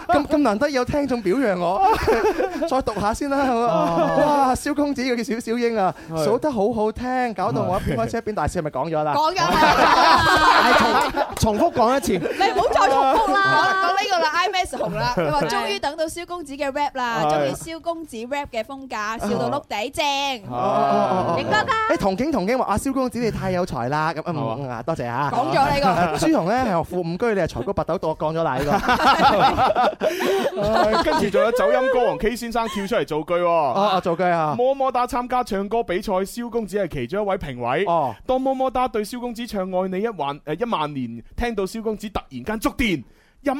S3: 咁咁難得有聽眾表揚我， 再讀下先啦。好啊哇，蕭公子嘅小小英啊，
S7: 係
S3: 數得好好聽，搞到我一邊開車一邊大笑，係咪講咗啦？
S9: 講咗係啦。
S7: 重複講一次。
S9: 你唔好再重
S3: 啊
S9: 複啦，講呢個啦，IMAX 紅 啦，佢話終於等到蕭公子嘅 rap 啦，
S3: 係啊
S9: 中意蕭公子 rap 嘅風格，笑到碌地正，
S3: 哦
S9: 應該㗎。
S3: 誒，同景同景話啊，蕭公子你太有才啦，咁啊嗯啊，多謝啊。
S9: 講咗呢個
S3: 朱紅咧係學富五居，你係才高八斗，我講咗 啦呢個。
S2: 唉跟住仲有走音歌王 K 先生跳出嚟造句喎。
S3: 啊，做句啊。
S2: 么么哒參加唱歌比賽，蕭公子係其中一位評委。
S3: 哦，
S2: 當么么哒對蕭公子唱《愛你一萬誒一萬年》，聽到蕭公子突然間觸電，音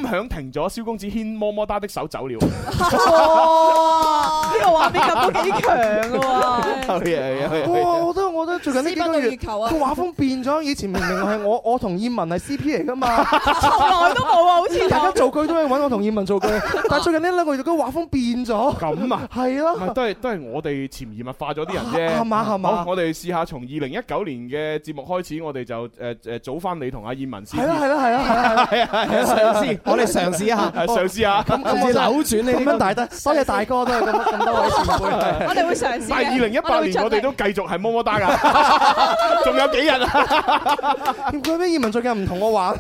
S2: 響停咗，蕭公子牽么么哒的手 走了。
S17: 哇！呢個畫面感都幾強嘅喎。
S3: 啊
S2: 好嘢好嘢好嘢
S3: 哇！我覺得我覺得最近呢幾個
S17: 斯
S3: 月
S17: 文到月球啊
S3: 個畫風變咗，以前明明係我 我同葉文係 C P 嚟噶嘛，
S17: 從來都冇啊好似我
S3: 大家做句都係揾我同葉文做句，但係最近呢兩個月個畫風變咗，
S2: 咁啊，
S3: 係咯
S2: 咪都係都係我哋潛移默化咗啲人啫，
S3: 啊係嘛係嘛
S2: 好我哋試下從二零一九年嘅節目開始，我哋就呃誒誒早翻你同阿燕文先。
S3: 係啦啊係啦 係啦係啦
S2: 係啊
S7: 嘗試我哋嘗試一下
S2: 係嘗試下，
S3: 咁咁我真係咁樣大 得，多謝大哥都係 咁咁多位前輩，
S17: 我哋會嘗試嘅
S2: 但係二零一八年我哋都繼續係麼麼哒㗎，仲有幾日 啊？
S3: 佢咩葉文最近唔同我 玩，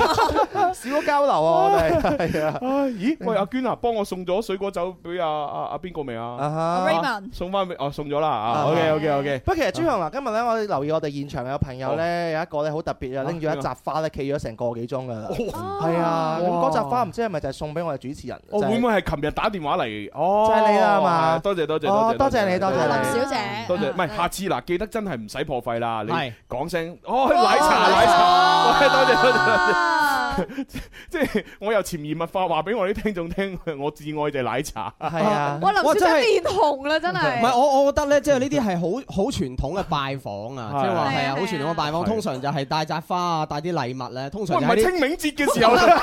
S3: 少咗交流啊 我哋係啊。
S2: 唉咦，喂，阿娟啊，幫我送咗水果酒俾阿阿阿邊個未啊？
S3: 哈 Raymond
S2: 送翻俾哦，送咗啦啊，OK OK OK。
S3: 不過其實朱紅嗱，今日咧我哋留意我哋現場有朋友咧有一個咧好特別啊，拎住一扎花咧企咗成個幾鐘噶
S2: 哦
S3: 啦，哦係啊，咁
S2: 哇
S3: 嗰扎花唔知係咪就係送俾我哋主持人？
S2: 我
S3: 就係
S2: 哦會唔會係琴日打電話嚟？哦，
S3: 就係你啦係嘛
S2: 係多謝多謝
S3: 哦
S2: 多謝，
S3: 多謝你多謝你
S9: 林小姐
S2: 多謝。唔係，下次嗱，記得真係唔使破費啦。
S7: 係
S2: 你講聲哦，奶茶奶茶， 喂多謝多謝多謝。即係我又潛移默化話俾我啲聽眾聽，我至愛就係奶茶。
S3: 係啊
S4: 哇，林小
S7: 哇真
S4: 姐
S7: 係
S4: 面紅啦，真係。
S7: 唔係我，我覺得咧，即係呢啲係好好傳統嘅拜訪啊，
S2: 係
S7: 即係話
S2: 係
S7: 係
S2: 啊
S7: 啊，好傳統嘅拜
S2: 係
S7: 訪，
S2: 啊
S7: 通常就係帶扎花啊，帶啲禮物咧，通
S2: 喂，
S7: 常
S2: 唔
S7: 就係
S2: 係
S7: 啲
S2: 清明節嘅時候啊咧，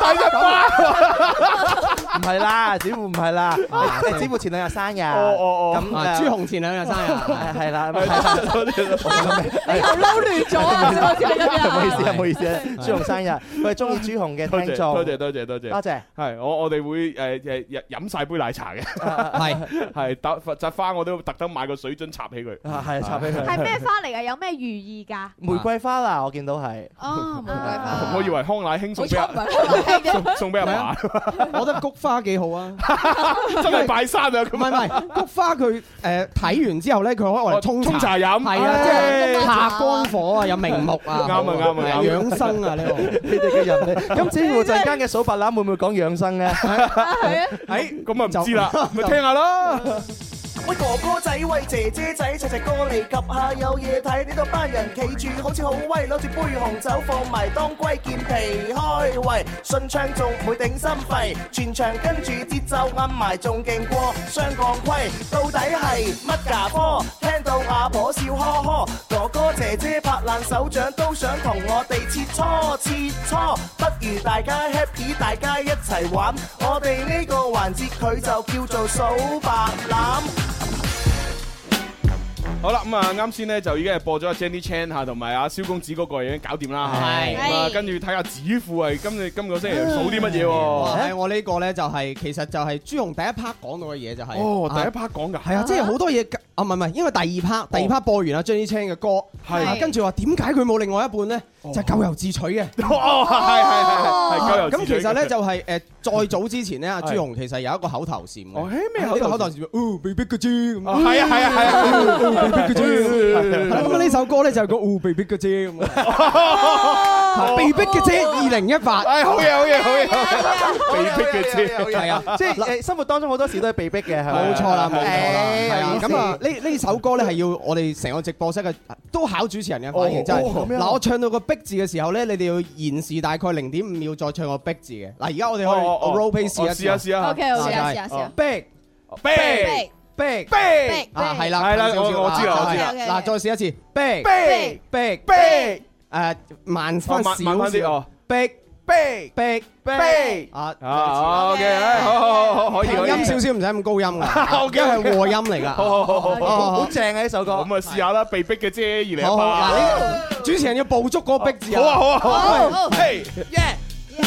S2: 帶隻花。
S3: 唔係啦，子父唔係啦，誒子父前兩日生日，
S7: 哦
S2: 哦
S3: 咁
S7: 啊
S3: 誒
S7: 朱紅前兩日生日，
S3: 係 係啦，
S2: 你
S3: 又
S17: 又撈亂咗啊小王子你今日
S3: 唔好意思啊，唔好意思啊，朱紅生日，喂，祝中意朱紅嘅
S2: 多
S3: 聽
S2: 謝
S3: 眾。啊
S2: 多謝多謝多謝，
S3: 多謝。
S2: 係我我哋會誒誒飲飲曬杯奶茶嘅， 係係打扎花我都特登買個水樽插起佢，
S3: 啊係插起佢
S4: 係咩花嚟㗎？有咩寓意㗎？
S3: 玫瑰花啦，我見到係。
S4: 哦， 玫瑰花。
S2: 啊我以為康乃馨送俾
S4: 好彩唔係康乃馨
S2: 阿送送俾阿嫲，
S18: 我覺得菊花幾好啊，
S2: 真係拜山啊！
S18: 唔係唔係，菊花佢誒睇完之後咧，佢可以攞嚟沖
S2: 哦沖茶飲
S18: 係啊，即
S2: 哎
S18: 係下肝火啊，有明目 啊，
S2: 啱啊啱啊啱啊
S18: 養生啊 呢個。
S3: 你哋嘅人咧，咁似乎陣間嘅數白欖會唔會講養生咧？係
S18: 啊，
S3: 誒
S2: 咁啊唔知啦，咪聽下啦。
S6: 喂哥哥仔，喂姐姐仔，齊齊過嚟及下有嘢睇。呢度班人企住好似好威，攞住杯紅酒放埋當歸健脾開胃，順暢仲唔會頂心肺。全場跟住節奏暗埋，仲勁過雙槓規。到底係乜牙科？聽到阿婆笑呵呵，哥哥姐姐拍爛手掌都想同我哋切磋切磋。不如大家 happy，大家一齊玩。我哋呢個環節佢就叫做數白欖。
S2: 好啦，咁啊，啱先咧就已經係播咗阿 Jenny Chan 吓，同埋阿蕭公子嗰個已經搞掂啦。
S18: 係
S2: 咁啊，跟住睇下子富係今日今個星期數啲乜嘢
S18: 哇哦係
S2: 喎？
S18: 我呢個咧就係其實就係朱紅第一 part 講到嘅嘢就係
S2: 哦第一 part 講㗎
S18: 係啊，即係好多嘢㗎啊，唔係唔係，因為第二 part 第二 part 播完阿 Jenny Chan 嘅歌，
S2: 係
S18: 啊跟住話點解佢冇另外一半咧？就係咎由自取嘅。
S2: 哦係係係係係咎由自取
S18: 咁
S2: 嘅
S18: 其實咧就係誒再早之前咧，阿朱紅其實有一個口頭禪嘅。
S2: 哦嘿咩
S18: 呢個
S2: 口
S18: 口
S2: 頭
S18: 頭禪？哦，被逼嘅啫咁。
S2: 哦係啊係啊係啊
S18: 哦被逼嘅啫。係啦咁呢首歌咧就係個哦被逼嘅啫咁。被逼嘅啫，二零一八。
S2: 哎，好嘢好嘢好嘢，
S18: 被
S2: 逼嘅啫
S18: 係啊，
S3: 即係誒生活當中好多時都係被逼嘅，係咪
S18: 冇錯啦，冇錯啦，
S3: 誒
S18: 係啊
S3: 有意思
S18: 咁啊，呢呢首歌咧係要我哋成個直播室嘅都考主持人嘅反應，
S3: 哦
S18: 真係
S2: 啊
S3: 哦咁樣
S18: 嗱，我唱到個逼字嘅時候咧，你哋要延時大概零點五秒再唱個逼字嘅。嗱，而家我哋
S2: 哦
S18: 去
S2: 哦哦
S18: roll play 試一
S2: 試一試啊
S18: 啊
S2: ，OK，好
S18: 嗱
S2: 試啊
S18: 就係
S2: 試啊
S18: 逼
S2: 逼
S18: 逼
S2: 逼
S18: 啊，係啦，
S2: 係啦
S18: 近少少
S2: 我我知啦
S18: 啊
S2: 我知啦
S18: 就係嗱，再試一次，
S2: 逼
S18: 逼逼
S2: 逼，
S18: 誒慢翻
S2: 哦慢
S18: 少
S2: 慢翻啲
S18: 少
S2: 哦，
S18: 逼逼逼
S2: 逼
S18: 啊！
S2: 啊，OK，哎好好好好，可以可以。
S18: 音少少唔使咁高音㗎，
S2: OK，
S18: 因為係和音嚟㗎。啊
S2: 好好好好好
S18: 好
S3: 正啊！呢首歌，
S2: 咁啊試下啦，被逼嘅啫，二零一
S18: 好
S2: 八。
S18: 嗱，呢個主持人要捕捉嗰個逼字
S2: 好啊好啊好啊好嘿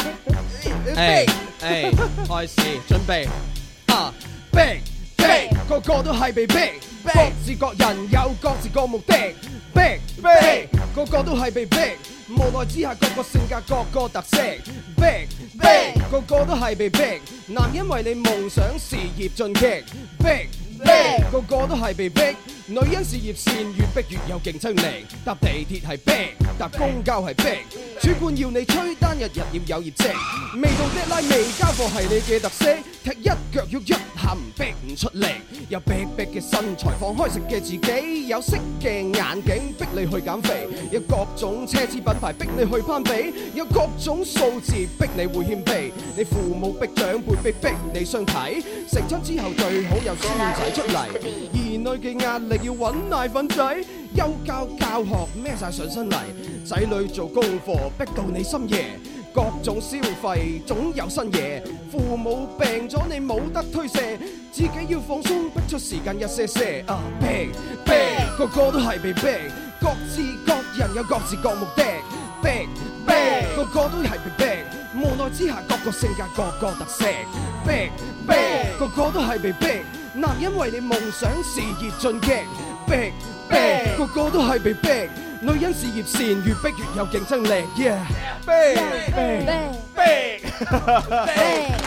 S18: 誒誒，開始準備啊！逼逼，個個都係被逼，各自各人有各自各目的，逼逼，個個都係被逼。無奈之下，個個性格各個特色，逼逼，個個都係被逼。男因為你夢想事業進擊，逼逼，個個都係被逼。女人事業線越逼越有競爭力，搭地鐵係逼，搭公交係逼，主管要你催單，日日要有業績，未到 deadline 未交貨係你嘅特色，踢一腳喐一下唔逼唔出力，有逼逼嘅身材放開食嘅自己，有色嘅眼鏡逼你去減肥，有各種奢侈品牌逼你去攀比，有各種數字逼你會謙卑，你父母逼長輩逼逼你相睇，成親之後最好有孫仔出嚟。兒女嘅壓力要揾奶粉仔，幼教教學孭晒上身嚟，仔女做功課逼到你深夜，各種消費總有新嘢，父母病咗你冇得推卸，自己要放鬆逼出時間一些些啊，逼逼個個都係被逼，各自各人有各自各目的，逼逼個個都係被逼，無奈之下各個性格各個特色，逼逼個個都係被逼。男因為你夢想事業進擊，逼逼個個都係被逼。女人事業線越逼越有競爭力，yeah，逼逼
S2: 逼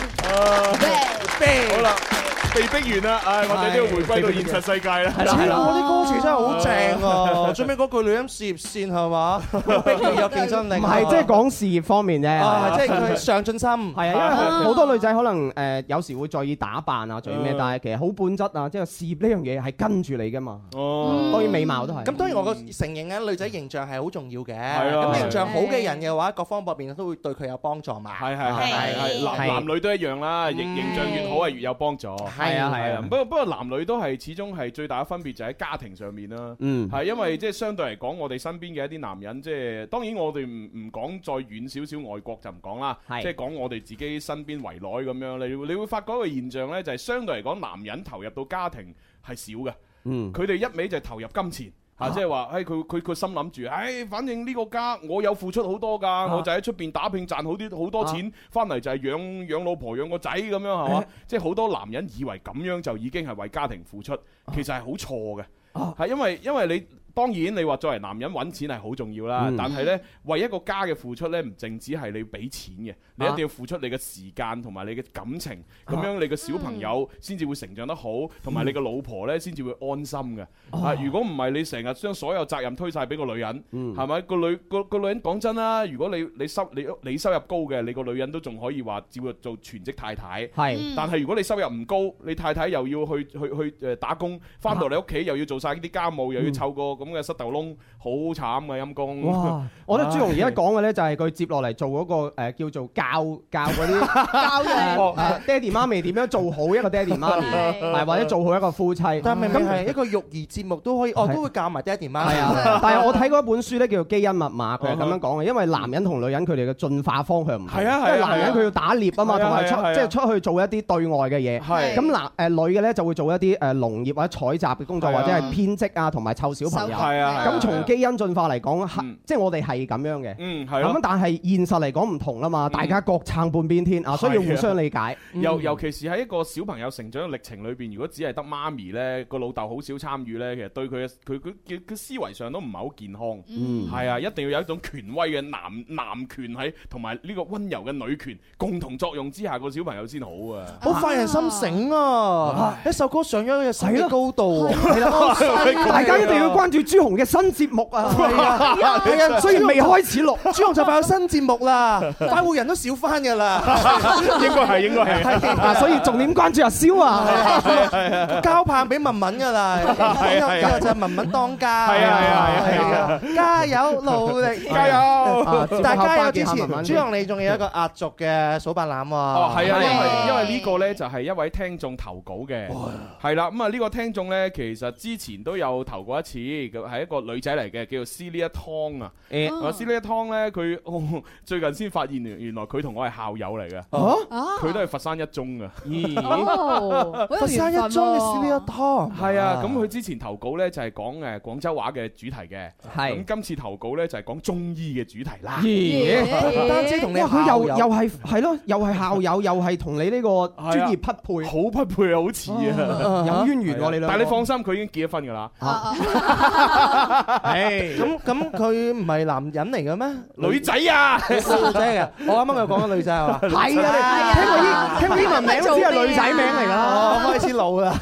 S2: 逼，好啦，被逼完啦，唉，我哋都要回歸到現實世界啦。
S3: 係啦係啦，我啲歌詞真係好正啊！最尾嗰句女音事業線係嘛，逼而有競 爭力。
S18: 唔係，即係講事業方面啫。
S3: 啊，即係佢上進心。係
S18: 係啊，因為好多女仔可能誒有時會在意打扮啊，在意咩
S3: 嗯，
S18: 但係其實好本質啊，即係事業呢樣嘢係跟住你噶嘛。
S2: 哦
S18: 當然美貌都係。
S3: 咁當然我個承認咧，女仔形象係好重要嘅。
S2: 啊
S3: 咁形象好嘅人嘅話，各方各面都會對佢有幫助嘛。
S2: 係係係係，男男女都一樣啦，形形象越好係越有幫助。係
S18: 啊係
S2: 係
S18: 啊
S2: 不過不過男女都係始終係最大嘅分別就喺家庭上面啦。
S18: 嗯
S2: 係因為即係相對嚟講，我哋身邊嘅一啲男人，即係當然我哋唔唔講再遠少少外國就唔講啦，
S18: 係
S2: 即係講我哋自己身邊圍內咁樣，你會你會發覺一個現象呢，就係相對嚟講，男人投入到家庭係少嘅，
S18: 嗯
S2: 佢哋一味就係投入金錢。嚇，即係話，誒佢佢佢心諗住，誒反正呢個家我有付出好多㗎，我就喺出邊打拼賺好啲好多錢，翻嚟就係養養老婆養個仔咁樣係嘛？即係好多男人以為咁樣就已經係為家庭付出，其實係好錯嘅，係因為因為你。當然，你話作為男人揾錢係好重要啦，
S7: 嗯
S2: 但係呢，為一個家嘅付出呢，唔淨止係你要俾錢嘅，你一
S7: 啊
S2: 定要付出你嘅時間同埋你嘅感情，咁樣你嘅小朋友先至會成長得好，同
S7: 嗯
S2: 埋你嘅老婆呢先至會安心嘅。
S7: 哦
S2: 啊，如果唔係你成日將所有責任推晒俾個女人，
S7: 嗯
S2: 係咪個女個個女人講真啦，如果你你收你你收入高嘅，你個女人都仲可以話照做全職太太。
S7: 係嗯
S2: 但係如果你收入唔高，你太太又要去去去誒打工，翻到嚟屋企又要做晒啲家務，
S7: 嗯
S2: 又要湊個咁嘅膝頭窿，好慘嘅陰公。
S7: 哇！我覺得朱紅而家講嘅咧就係佢接落嚟做嗰個誒叫做教 教嗰啲
S3: 教人
S7: 誒誒爹哋媽咪點樣做好一個爹哋 媽咪，
S3: 係
S7: 係或者做好一個夫妻。
S3: 但明明係一
S7: 咁
S3: 個育兒節目都可以，哦都會教埋爹哋媽咪。
S7: 係 啊，但係我睇過一本書咧，叫做《基因密碼》，佢係咁樣講嘅，因為男人同女人佢哋嘅進化方向唔同，
S2: Uh-huh 係啊係啊
S7: 因為男人
S2: 係啊
S7: 佢要打獵啊嘛，
S2: 係啊
S7: 同埋出
S2: 係啊係啊
S7: 即係出去做一啲對外嘅嘢。
S2: 係
S7: 咁男誒女嘅咧就會做一啲誒農業或者採集嘅工作，
S2: 係啊
S7: 或者係編織啊，同埋湊小朋友。
S2: 係啊係啊
S7: 咁從基因進化嚟講，係即係我哋係咁樣嘅。
S2: 嗯，係咯嗯
S7: 咁。但係現實嚟講唔同啦嘛，大家各撐半邊天啊，所以要互相理解。
S2: 尤尤其是喺一個小朋友成長嘅歷程裏邊，如果只係得媽咪呢，個老豆好少參與呢，其實對佢嘅佢佢佢佢思維上都唔係好健康。
S7: 嗯
S2: 係啊，一定要有一種權威嘅男男權喺，同埋呢個温柔嘅女權共同作用之下，個小朋友先好啊。
S3: 好發人心醒啊！一首歌上咗嘅新嘅高度啊， 係
S7: 大家一定 要關注朱紅嘅新節目啊！係啊，雖然未開始錄，
S3: 朱紅就快有新節目啦，快活人都少翻㗎啦，
S2: 應該係應該係
S7: 啊，所以重點關注阿蕭啊，
S3: 交棒俾文文㗎啦，
S7: 係啊
S3: 以後就係文文當家，
S7: 係啊係啊係
S3: 係
S7: 啊
S3: 啊，加油努力，
S7: 加油
S3: 啊但係加油之前，
S2: 文文
S3: 朱紅你仲有一個壓軸嘅數白欖 喎，
S2: 哦，
S3: 哦
S2: 係啊，因為因為呢個呢就係一位聽眾投稿嘅，係啦，咁啊呢個聽眾呢，其實之前都有投過一次，咁係一個女仔嚟嘅，叫做 Celia Tong 啊，
S7: 誒
S2: 啊 Celia Tong 呢，佢哦最近先發現原原來佢同我係校友嚟嘅，
S7: 啊
S2: 佢都係佛山一中啊，
S3: 哦好有緣分喎佛山一中嘅 Celia Tong
S2: 係啊，咁佢之前投稿呢就係講誒廣州話嘅主題嘅，咁今次投稿呢就係講中醫嘅主題啦，
S7: 咦哇佢又
S2: 校友
S7: 又係係咯，又係校友，又係同你呢個專業匹配，
S2: 好匹配啊，好
S7: 哦
S2: 似啊，
S7: 有淵源喎你兩個。
S2: 但係你放心，佢已經結咗婚㗎啦。
S7: 啊
S3: 咁咁佢唔係男人嚟嘅咩？
S2: 女仔啊
S3: 女仔啊！我啱啱佢講緊女仔係嘛？
S7: 係啊，你聽過英聽過英文名都知係女仔名嚟㗎啦。
S3: 我開始老啦，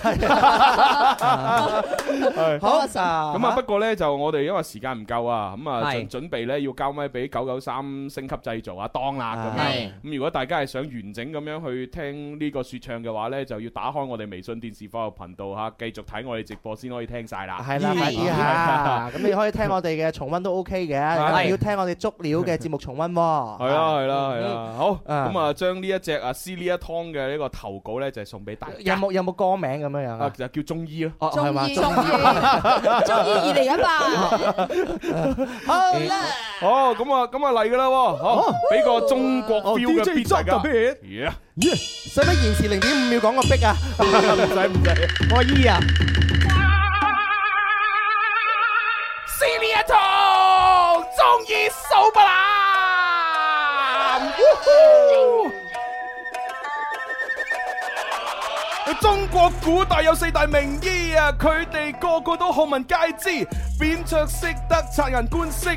S2: 係
S3: 好啊
S2: 咁啊，不過咧就我哋因為時間唔夠啊，咁啊
S3: 係
S2: 準準備咧要交咪俾九九三星級製造啊當啦咁樣
S3: 係。
S2: 咁如果大家係想完整咁樣去聽呢個説唱嘅話咧，就要打開我哋微信電視科學頻道嚇，繼續睇我哋直播先可以聽晒啦。
S3: 係啦，快啲嚇！咁你可以聽我哋嘅重温都 OK 嘅，
S2: 係
S3: 要聽我哋足料嘅節目重温喎。
S2: 係啦，係啦，係啦，好，
S3: 嗯啊
S2: 咁啊，將呢一隻啊 Celia Tong 嘅呢個投稿咧，就係送俾大
S3: 有
S2: 家，
S3: 冇有冇歌名咁樣樣
S2: 啊
S3: 啊？
S2: 就叫中醫咯，
S3: 哦係嘛中醫中醫
S10: 中意而嚟緊
S4: à?
S2: 吧。
S10: 好啦，
S2: 好，咁啊，咁啊嚟噶啦喎，
S3: 哦
S2: 好，俾個中國 feel 嘅 beat 大家。Yeah
S3: 使唔使延時零點五秒講個逼啊？
S2: 唔使唔使，
S7: 我醫啊！
S20: 撕呢一套，中意數不啦？
S2: 中國古代有四大名醫啊，佢哋個個都學問皆知，扁鹊識得察人觀色，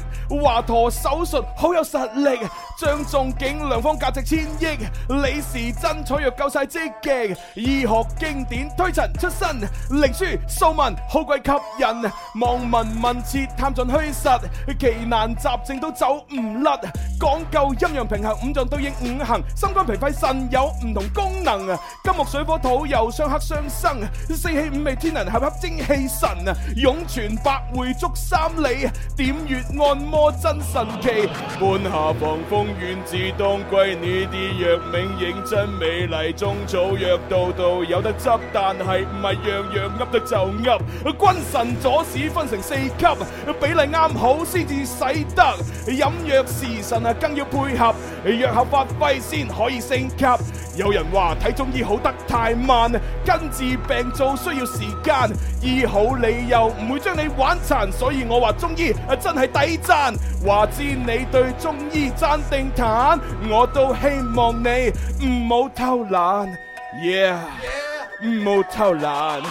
S2: 華佗手術好有實力，張仲景良方價值千億，李時珍取藥夠晒積極，醫學經典推陳出新，靈書素文好鬼吸引，望聞問切探盡虛實，奇難雜症都走唔甩，講究陰陽平衡，五臟對應五行，心肝脾肺腎有唔同功能啊，金木水火土又相克相生，四氣五味天人合合精氣神啊，湧泉百會足三里，點穴按摩真神奇，半夏防風遠志當歸呢啲藥名認真美麗，中草藥度度有得執，但係唔係樣樣噏得就噏，君臣佐使分成四級，比例啱好先至使得，飲藥時辰係啊，更要配合，弱合發揮先可以升級。有人話睇中醫好得太慢，根治病灶需要時間，醫好你又唔會將你玩殘，所以我話中醫啊真係抵讚。話知你對中醫爭定彈，我都希望你唔好偷懶，yeah，唔好偷懶。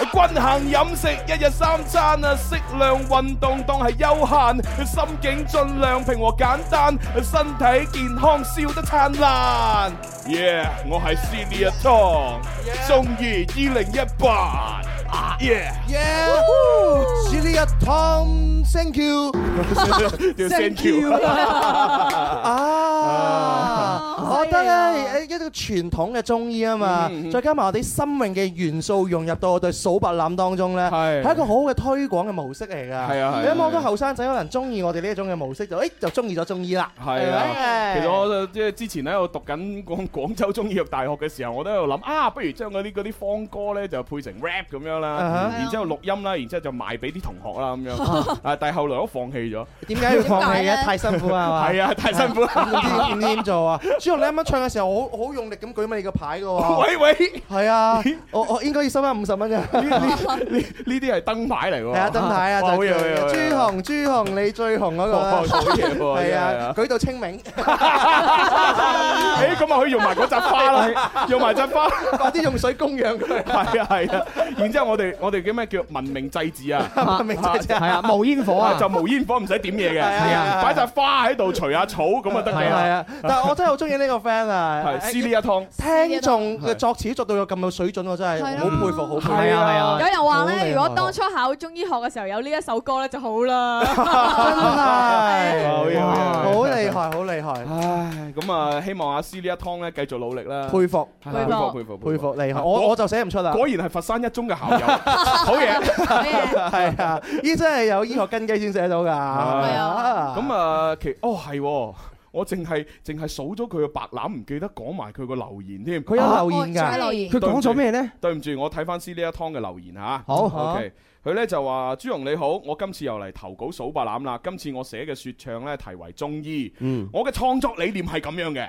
S2: 均衡飲食，一日三餐啊，適量運動當係休閒，心境盡量平和簡單，身體健康笑得燦爛。Yeah，我係 Celia Tong，中意二零一八。Yeah，
S3: Yeah，Julia Tom，thank you，
S2: 要 thank you
S3: 啊！我覺得咧，誒一個傳統嘅中醫啊嘛，再加埋我哋新穎嘅元素融入到我哋數白欖當中咧，係一個好好嘅推廣嘅模式嚟㗎。
S2: 係啊係啊
S3: 你諗好多後生仔可能中意我哋呢一種嘅模式，就誒就中意咗中醫啦。
S2: 係啊，其實我就即係之前咧，我讀緊廣廣州中醫藥大學嘅時候，我都喺度諗啊，不如將嗰啲嗰啲方歌咧就配成 rap 咁樣
S3: 啊
S2: 啦
S3: 哈，
S2: 然之後錄音啦，然之後就賣俾啲同學啦咁樣。啊，但係後來我放棄咗。
S3: 點解要放棄嘅？太辛苦啊係嘛！
S2: 係啊太辛 苦啦
S3: 唔知唔知點做啊！朱紅，你啱啱唱嘅時候，我好好用力咁舉埋你個牌嘅喎。
S2: 喂喂，
S3: 係啊，我我應該要收翻五十蚊啫。
S2: 呢呢啲係燈牌嚟喎。
S3: 係啊，燈牌啊，
S2: 哇好
S3: 就係
S2: 嘢，好嘢好
S3: 朱
S2: 嘢
S3: 紅，朱紅，你最紅嗰個啊
S2: 哦好嘢喎
S3: 係
S2: 真係
S3: 啊
S2: 啊，
S3: 舉到清明，
S2: 誒咁啊，可以用埋嗰扎花啦，用埋扎 花，
S3: 嗰啲用水供養佢。
S2: 係啊係啊，然之後我哋我哋叫咩叫文明祭祀啊？
S3: 文明祭祀
S2: 係
S3: 啊係啊無煙火啊
S2: 就無煙火唔使點嘢嘅，
S3: 係啊
S2: 擺扎花喺度除下草咁啊得㗎
S3: 係
S2: 啦。
S3: 啊，但係我真係好中意呢個 friend 啊，
S2: 係 Celia Tong
S3: 聽眾嘅作詞作到有咁有水準，我真係
S2: 係啊
S3: 好 佩服，好佩服。
S2: 係啊係啊
S7: Ờ,
S17: 有人話
S3: 好厲害
S17: 咧，如果當初考中醫學嘅時候有呢一首歌咧就好啦。
S2: 好嘢好嘢
S3: 好厲害，好厲害。
S2: 唉，咁啊，希望阿 Celia Tong 咧繼續努力啦。
S3: 佩服，
S2: 係佩服佩服
S3: 佩服厲害！我我就寫唔出啦。
S2: 果然係佛山一中嘅校 友，好嘢。
S3: 係啊，呢真係有醫學根基先寫到㗎。
S2: 啊，咁啊，其哦係喎。我淨係淨係數咗佢嘅白欖，唔記得講埋佢個留言添。
S3: 佢有留言㗎啊哦仲有留言佢講咗咩呢？
S2: 對唔住，我睇翻 C 呢一湯嘅留言嚇。
S3: 好
S2: ，OK。佢呢就話：朱紅你好，我今次又嚟投稿數白欖啦。今次我寫嘅説唱呢，題為中醫。我嘅創作理念係咁樣嘅，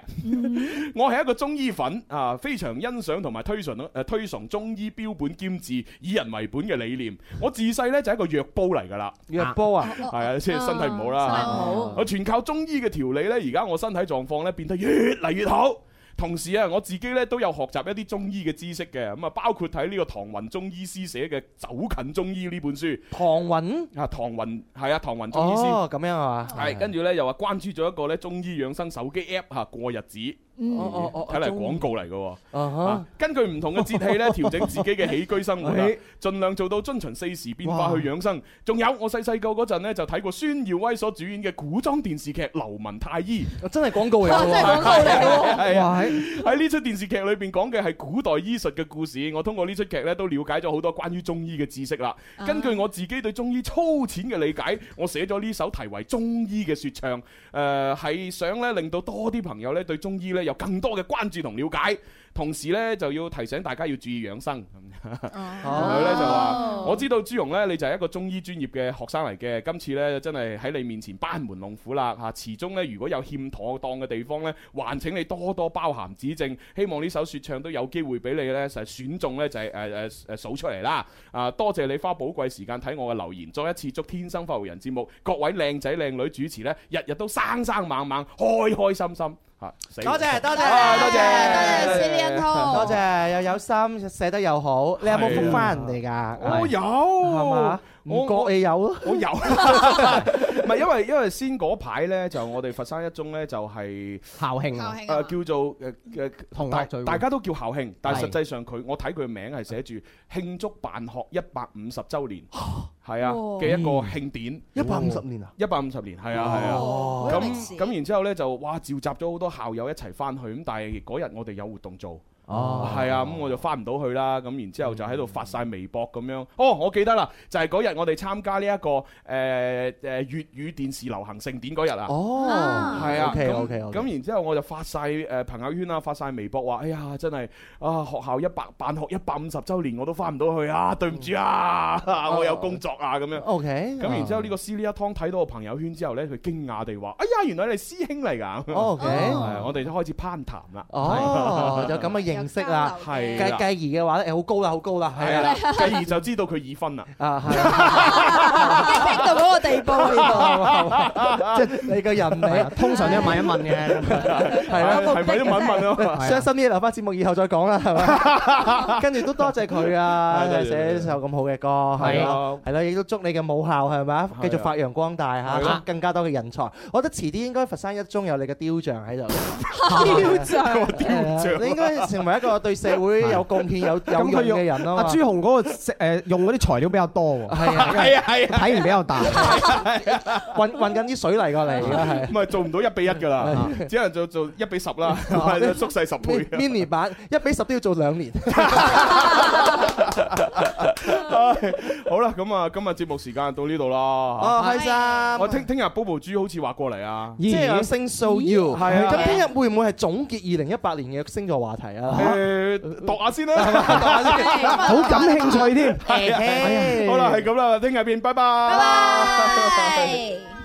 S2: 我係一個中醫粉啊，非常欣賞同埋推崇誒推崇中醫標本兼治、以人為本嘅理念。我自細呢就係一個藥煲嚟㗎啦，
S3: 藥煲啊
S2: 係啊，即
S4: Ờ,
S2: 係身體唔好
S3: 啊身體唔
S2: 啦
S3: 好。
S2: 我全靠中醫嘅調理呢，而家我身體狀況呢變得越嚟越好。同時啊，我自己呢都有學習一啲中醫嘅知識嘅，咁啊包括睇呢個唐雲中醫師寫嘅《走近中醫》呢本書。
S3: 唐雲
S2: 啊，唐雲係啊，唐雲中醫師。
S3: 哦，咁樣啊嘛。
S2: 係，跟住咧又話關注咗一個咧中醫養生手機 app 嚇過日子，
S3: 嗯哦哦哦
S2: 睇嚟
S3: 中醫
S2: 廣告嚟嘅喎。
S3: 哈
S2: 啊根據唔同嘅節氣 咧，調整自己嘅起居生活啊
S3: 喂，
S2: 盡量做到遵循四時變化
S3: 哎哇
S2: 去養生。仲有我細細個嗰陣咧就睇過孫耀威所主演嘅古裝電視劇《流民太醫》，
S3: 真係廣告嚟喎真係廣告嚟 喎
S2: 係啊
S3: 哇
S2: 喺呢出電視劇裏邊講嘅係古代醫術嘅故事，我通過呢出劇咧都了解咗好多關於中醫嘅知識啦。
S4: 啊
S2: 根據我自己對中醫粗淺嘅理解，我寫咗呢首題為《中醫》嘅説唱，誒、呃係想咧令到多啲朋友咧對中醫咧有更多嘅關注同了解。同時咧就要提醒大家要注意養生。
S4: Ờ.
S2: 佢咧就話：我知道朱容咧，你就係一個中醫專業嘅學生嚟嘅。今次咧真係喺你面前班門弄斧啦嚇。始終咧，如果有欠妥當嘅地方咧，還請你多多包涵指正。希望呢首説唱都有機會俾你咧，就係選中咧，就係誒誒誒數出嚟啦。啊，多謝你花寶貴時間睇我嘅留言，再一次祝《天生發育人》節目各位靚仔靚女主持咧，日日都生生猛猛，開開心心嚇。死
S3: 多謝多謝
S2: 啊
S3: 多
S2: 多
S3: 謝
S2: 謝
S3: 多謝
S2: Celia Tong
S3: 多謝又有心寫得又好，你有冇覆翻人哋㗎？
S2: 我有
S3: 係嘛？唔覺你有咯，
S2: 我有。唔係因為因為先嗰排咧，就我哋佛山一中咧就係
S18: 校慶啊
S2: 誒叫做誒誒
S18: 同學
S2: 大
S18: 聚會
S2: 大家都叫校慶，但係
S18: 係
S2: 實際上佢我睇佢名係寫住慶祝辦學一百五十週年，係啊
S3: 哇
S2: 嘅一個慶典。
S3: 150年啊！
S2: 一百五十年係啊係
S3: 哇
S2: 啊，
S3: 好有歷
S2: 咁咁然之後咧就哇召集咗好多校友一齊翻去，咁但係嗰日我哋有活動做。
S3: Ờ.
S2: 哦，係啊，咁我就翻唔到去啦。咁然之後就喺度發晒微博咁樣。哦，我記得啦，就係嗰日我哋參加呢一個誒誒粵語電視流行盛典嗰日啊。
S3: 哦
S2: 係啊。
S3: OK，
S2: 咁
S3: OK，OK
S2: 咁然之後我就發晒誒朋友圈啦，發晒微博話：哎呀，真係啊，學校一百辦學一百五十週年，我都翻唔到去
S3: 哦
S2: 啊！對唔住啊， 我有工作啊咁樣。
S3: OK，
S2: 咁然之後呢個 C 呢一湯睇到我朋友圈之後呢，佢驚訝地話：哎呀，原來你係師兄嚟㗎。
S3: Ờ. OK
S2: 係啊我哋就開始攀談啦。
S3: 哦，有咁嘅認識啦，
S2: 係
S3: 繼
S2: 啦
S3: 繼而嘅話咧，誒好高啦，好高啦，
S2: 係啦，繼而就知道佢已婚啦。
S3: 啊，係
S9: 已經逼到嗰個地步 啦。
S3: 即係你個人嚟，通常都要問一問嘅，係啦，
S2: 係咪都問一問啊
S3: 傷心啲留翻節目以後再講 啦，係咪？跟住都多謝佢啊
S2: 係多，謝
S3: 寫呢首咁好嘅歌，
S2: 係
S3: 係
S2: 啊
S3: 咯，係啦，亦都祝你嘅母校係咪啊，繼
S2: 係
S3: 續
S2: 啊
S3: 發揚光大嚇，
S2: 係
S3: 祝
S2: 啊
S3: 更加多嘅人才。我覺得遲啲應該佛山一中有你嘅雕像喺度，
S18: 雕像
S3: 雕
S18: 像
S3: 你應該成為一個對社會有貢獻、有有用嘅人咯。
S18: 阿朱紅嗰個誒用嗰啲材料比較多喎，
S3: 係啊
S18: 係
S2: 啊係
S18: 啊，體型比較大，
S3: 運運緊啲水泥過嚟，而家係
S2: 唔係做唔到一比一㗎啦，只能做做一比十啦，縮細十倍。
S3: mini 版一比十都要做兩年。
S2: 好啦，咁啊，今日節目時間到呢度啦。
S3: 哦，開心。
S2: 我聽聽日 Bobo 豬好似話過嚟啊，
S3: 即係有星 show you，
S2: 係啊
S3: 咁聽日會唔會係總結二零一八年嘅星座話題啊？
S2: 誒，度下先啦，
S3: 好感興趣添
S2: 係啊，好啦，係咁啦，聽日見，拜拜。
S3: 拜拜。
S9: 係。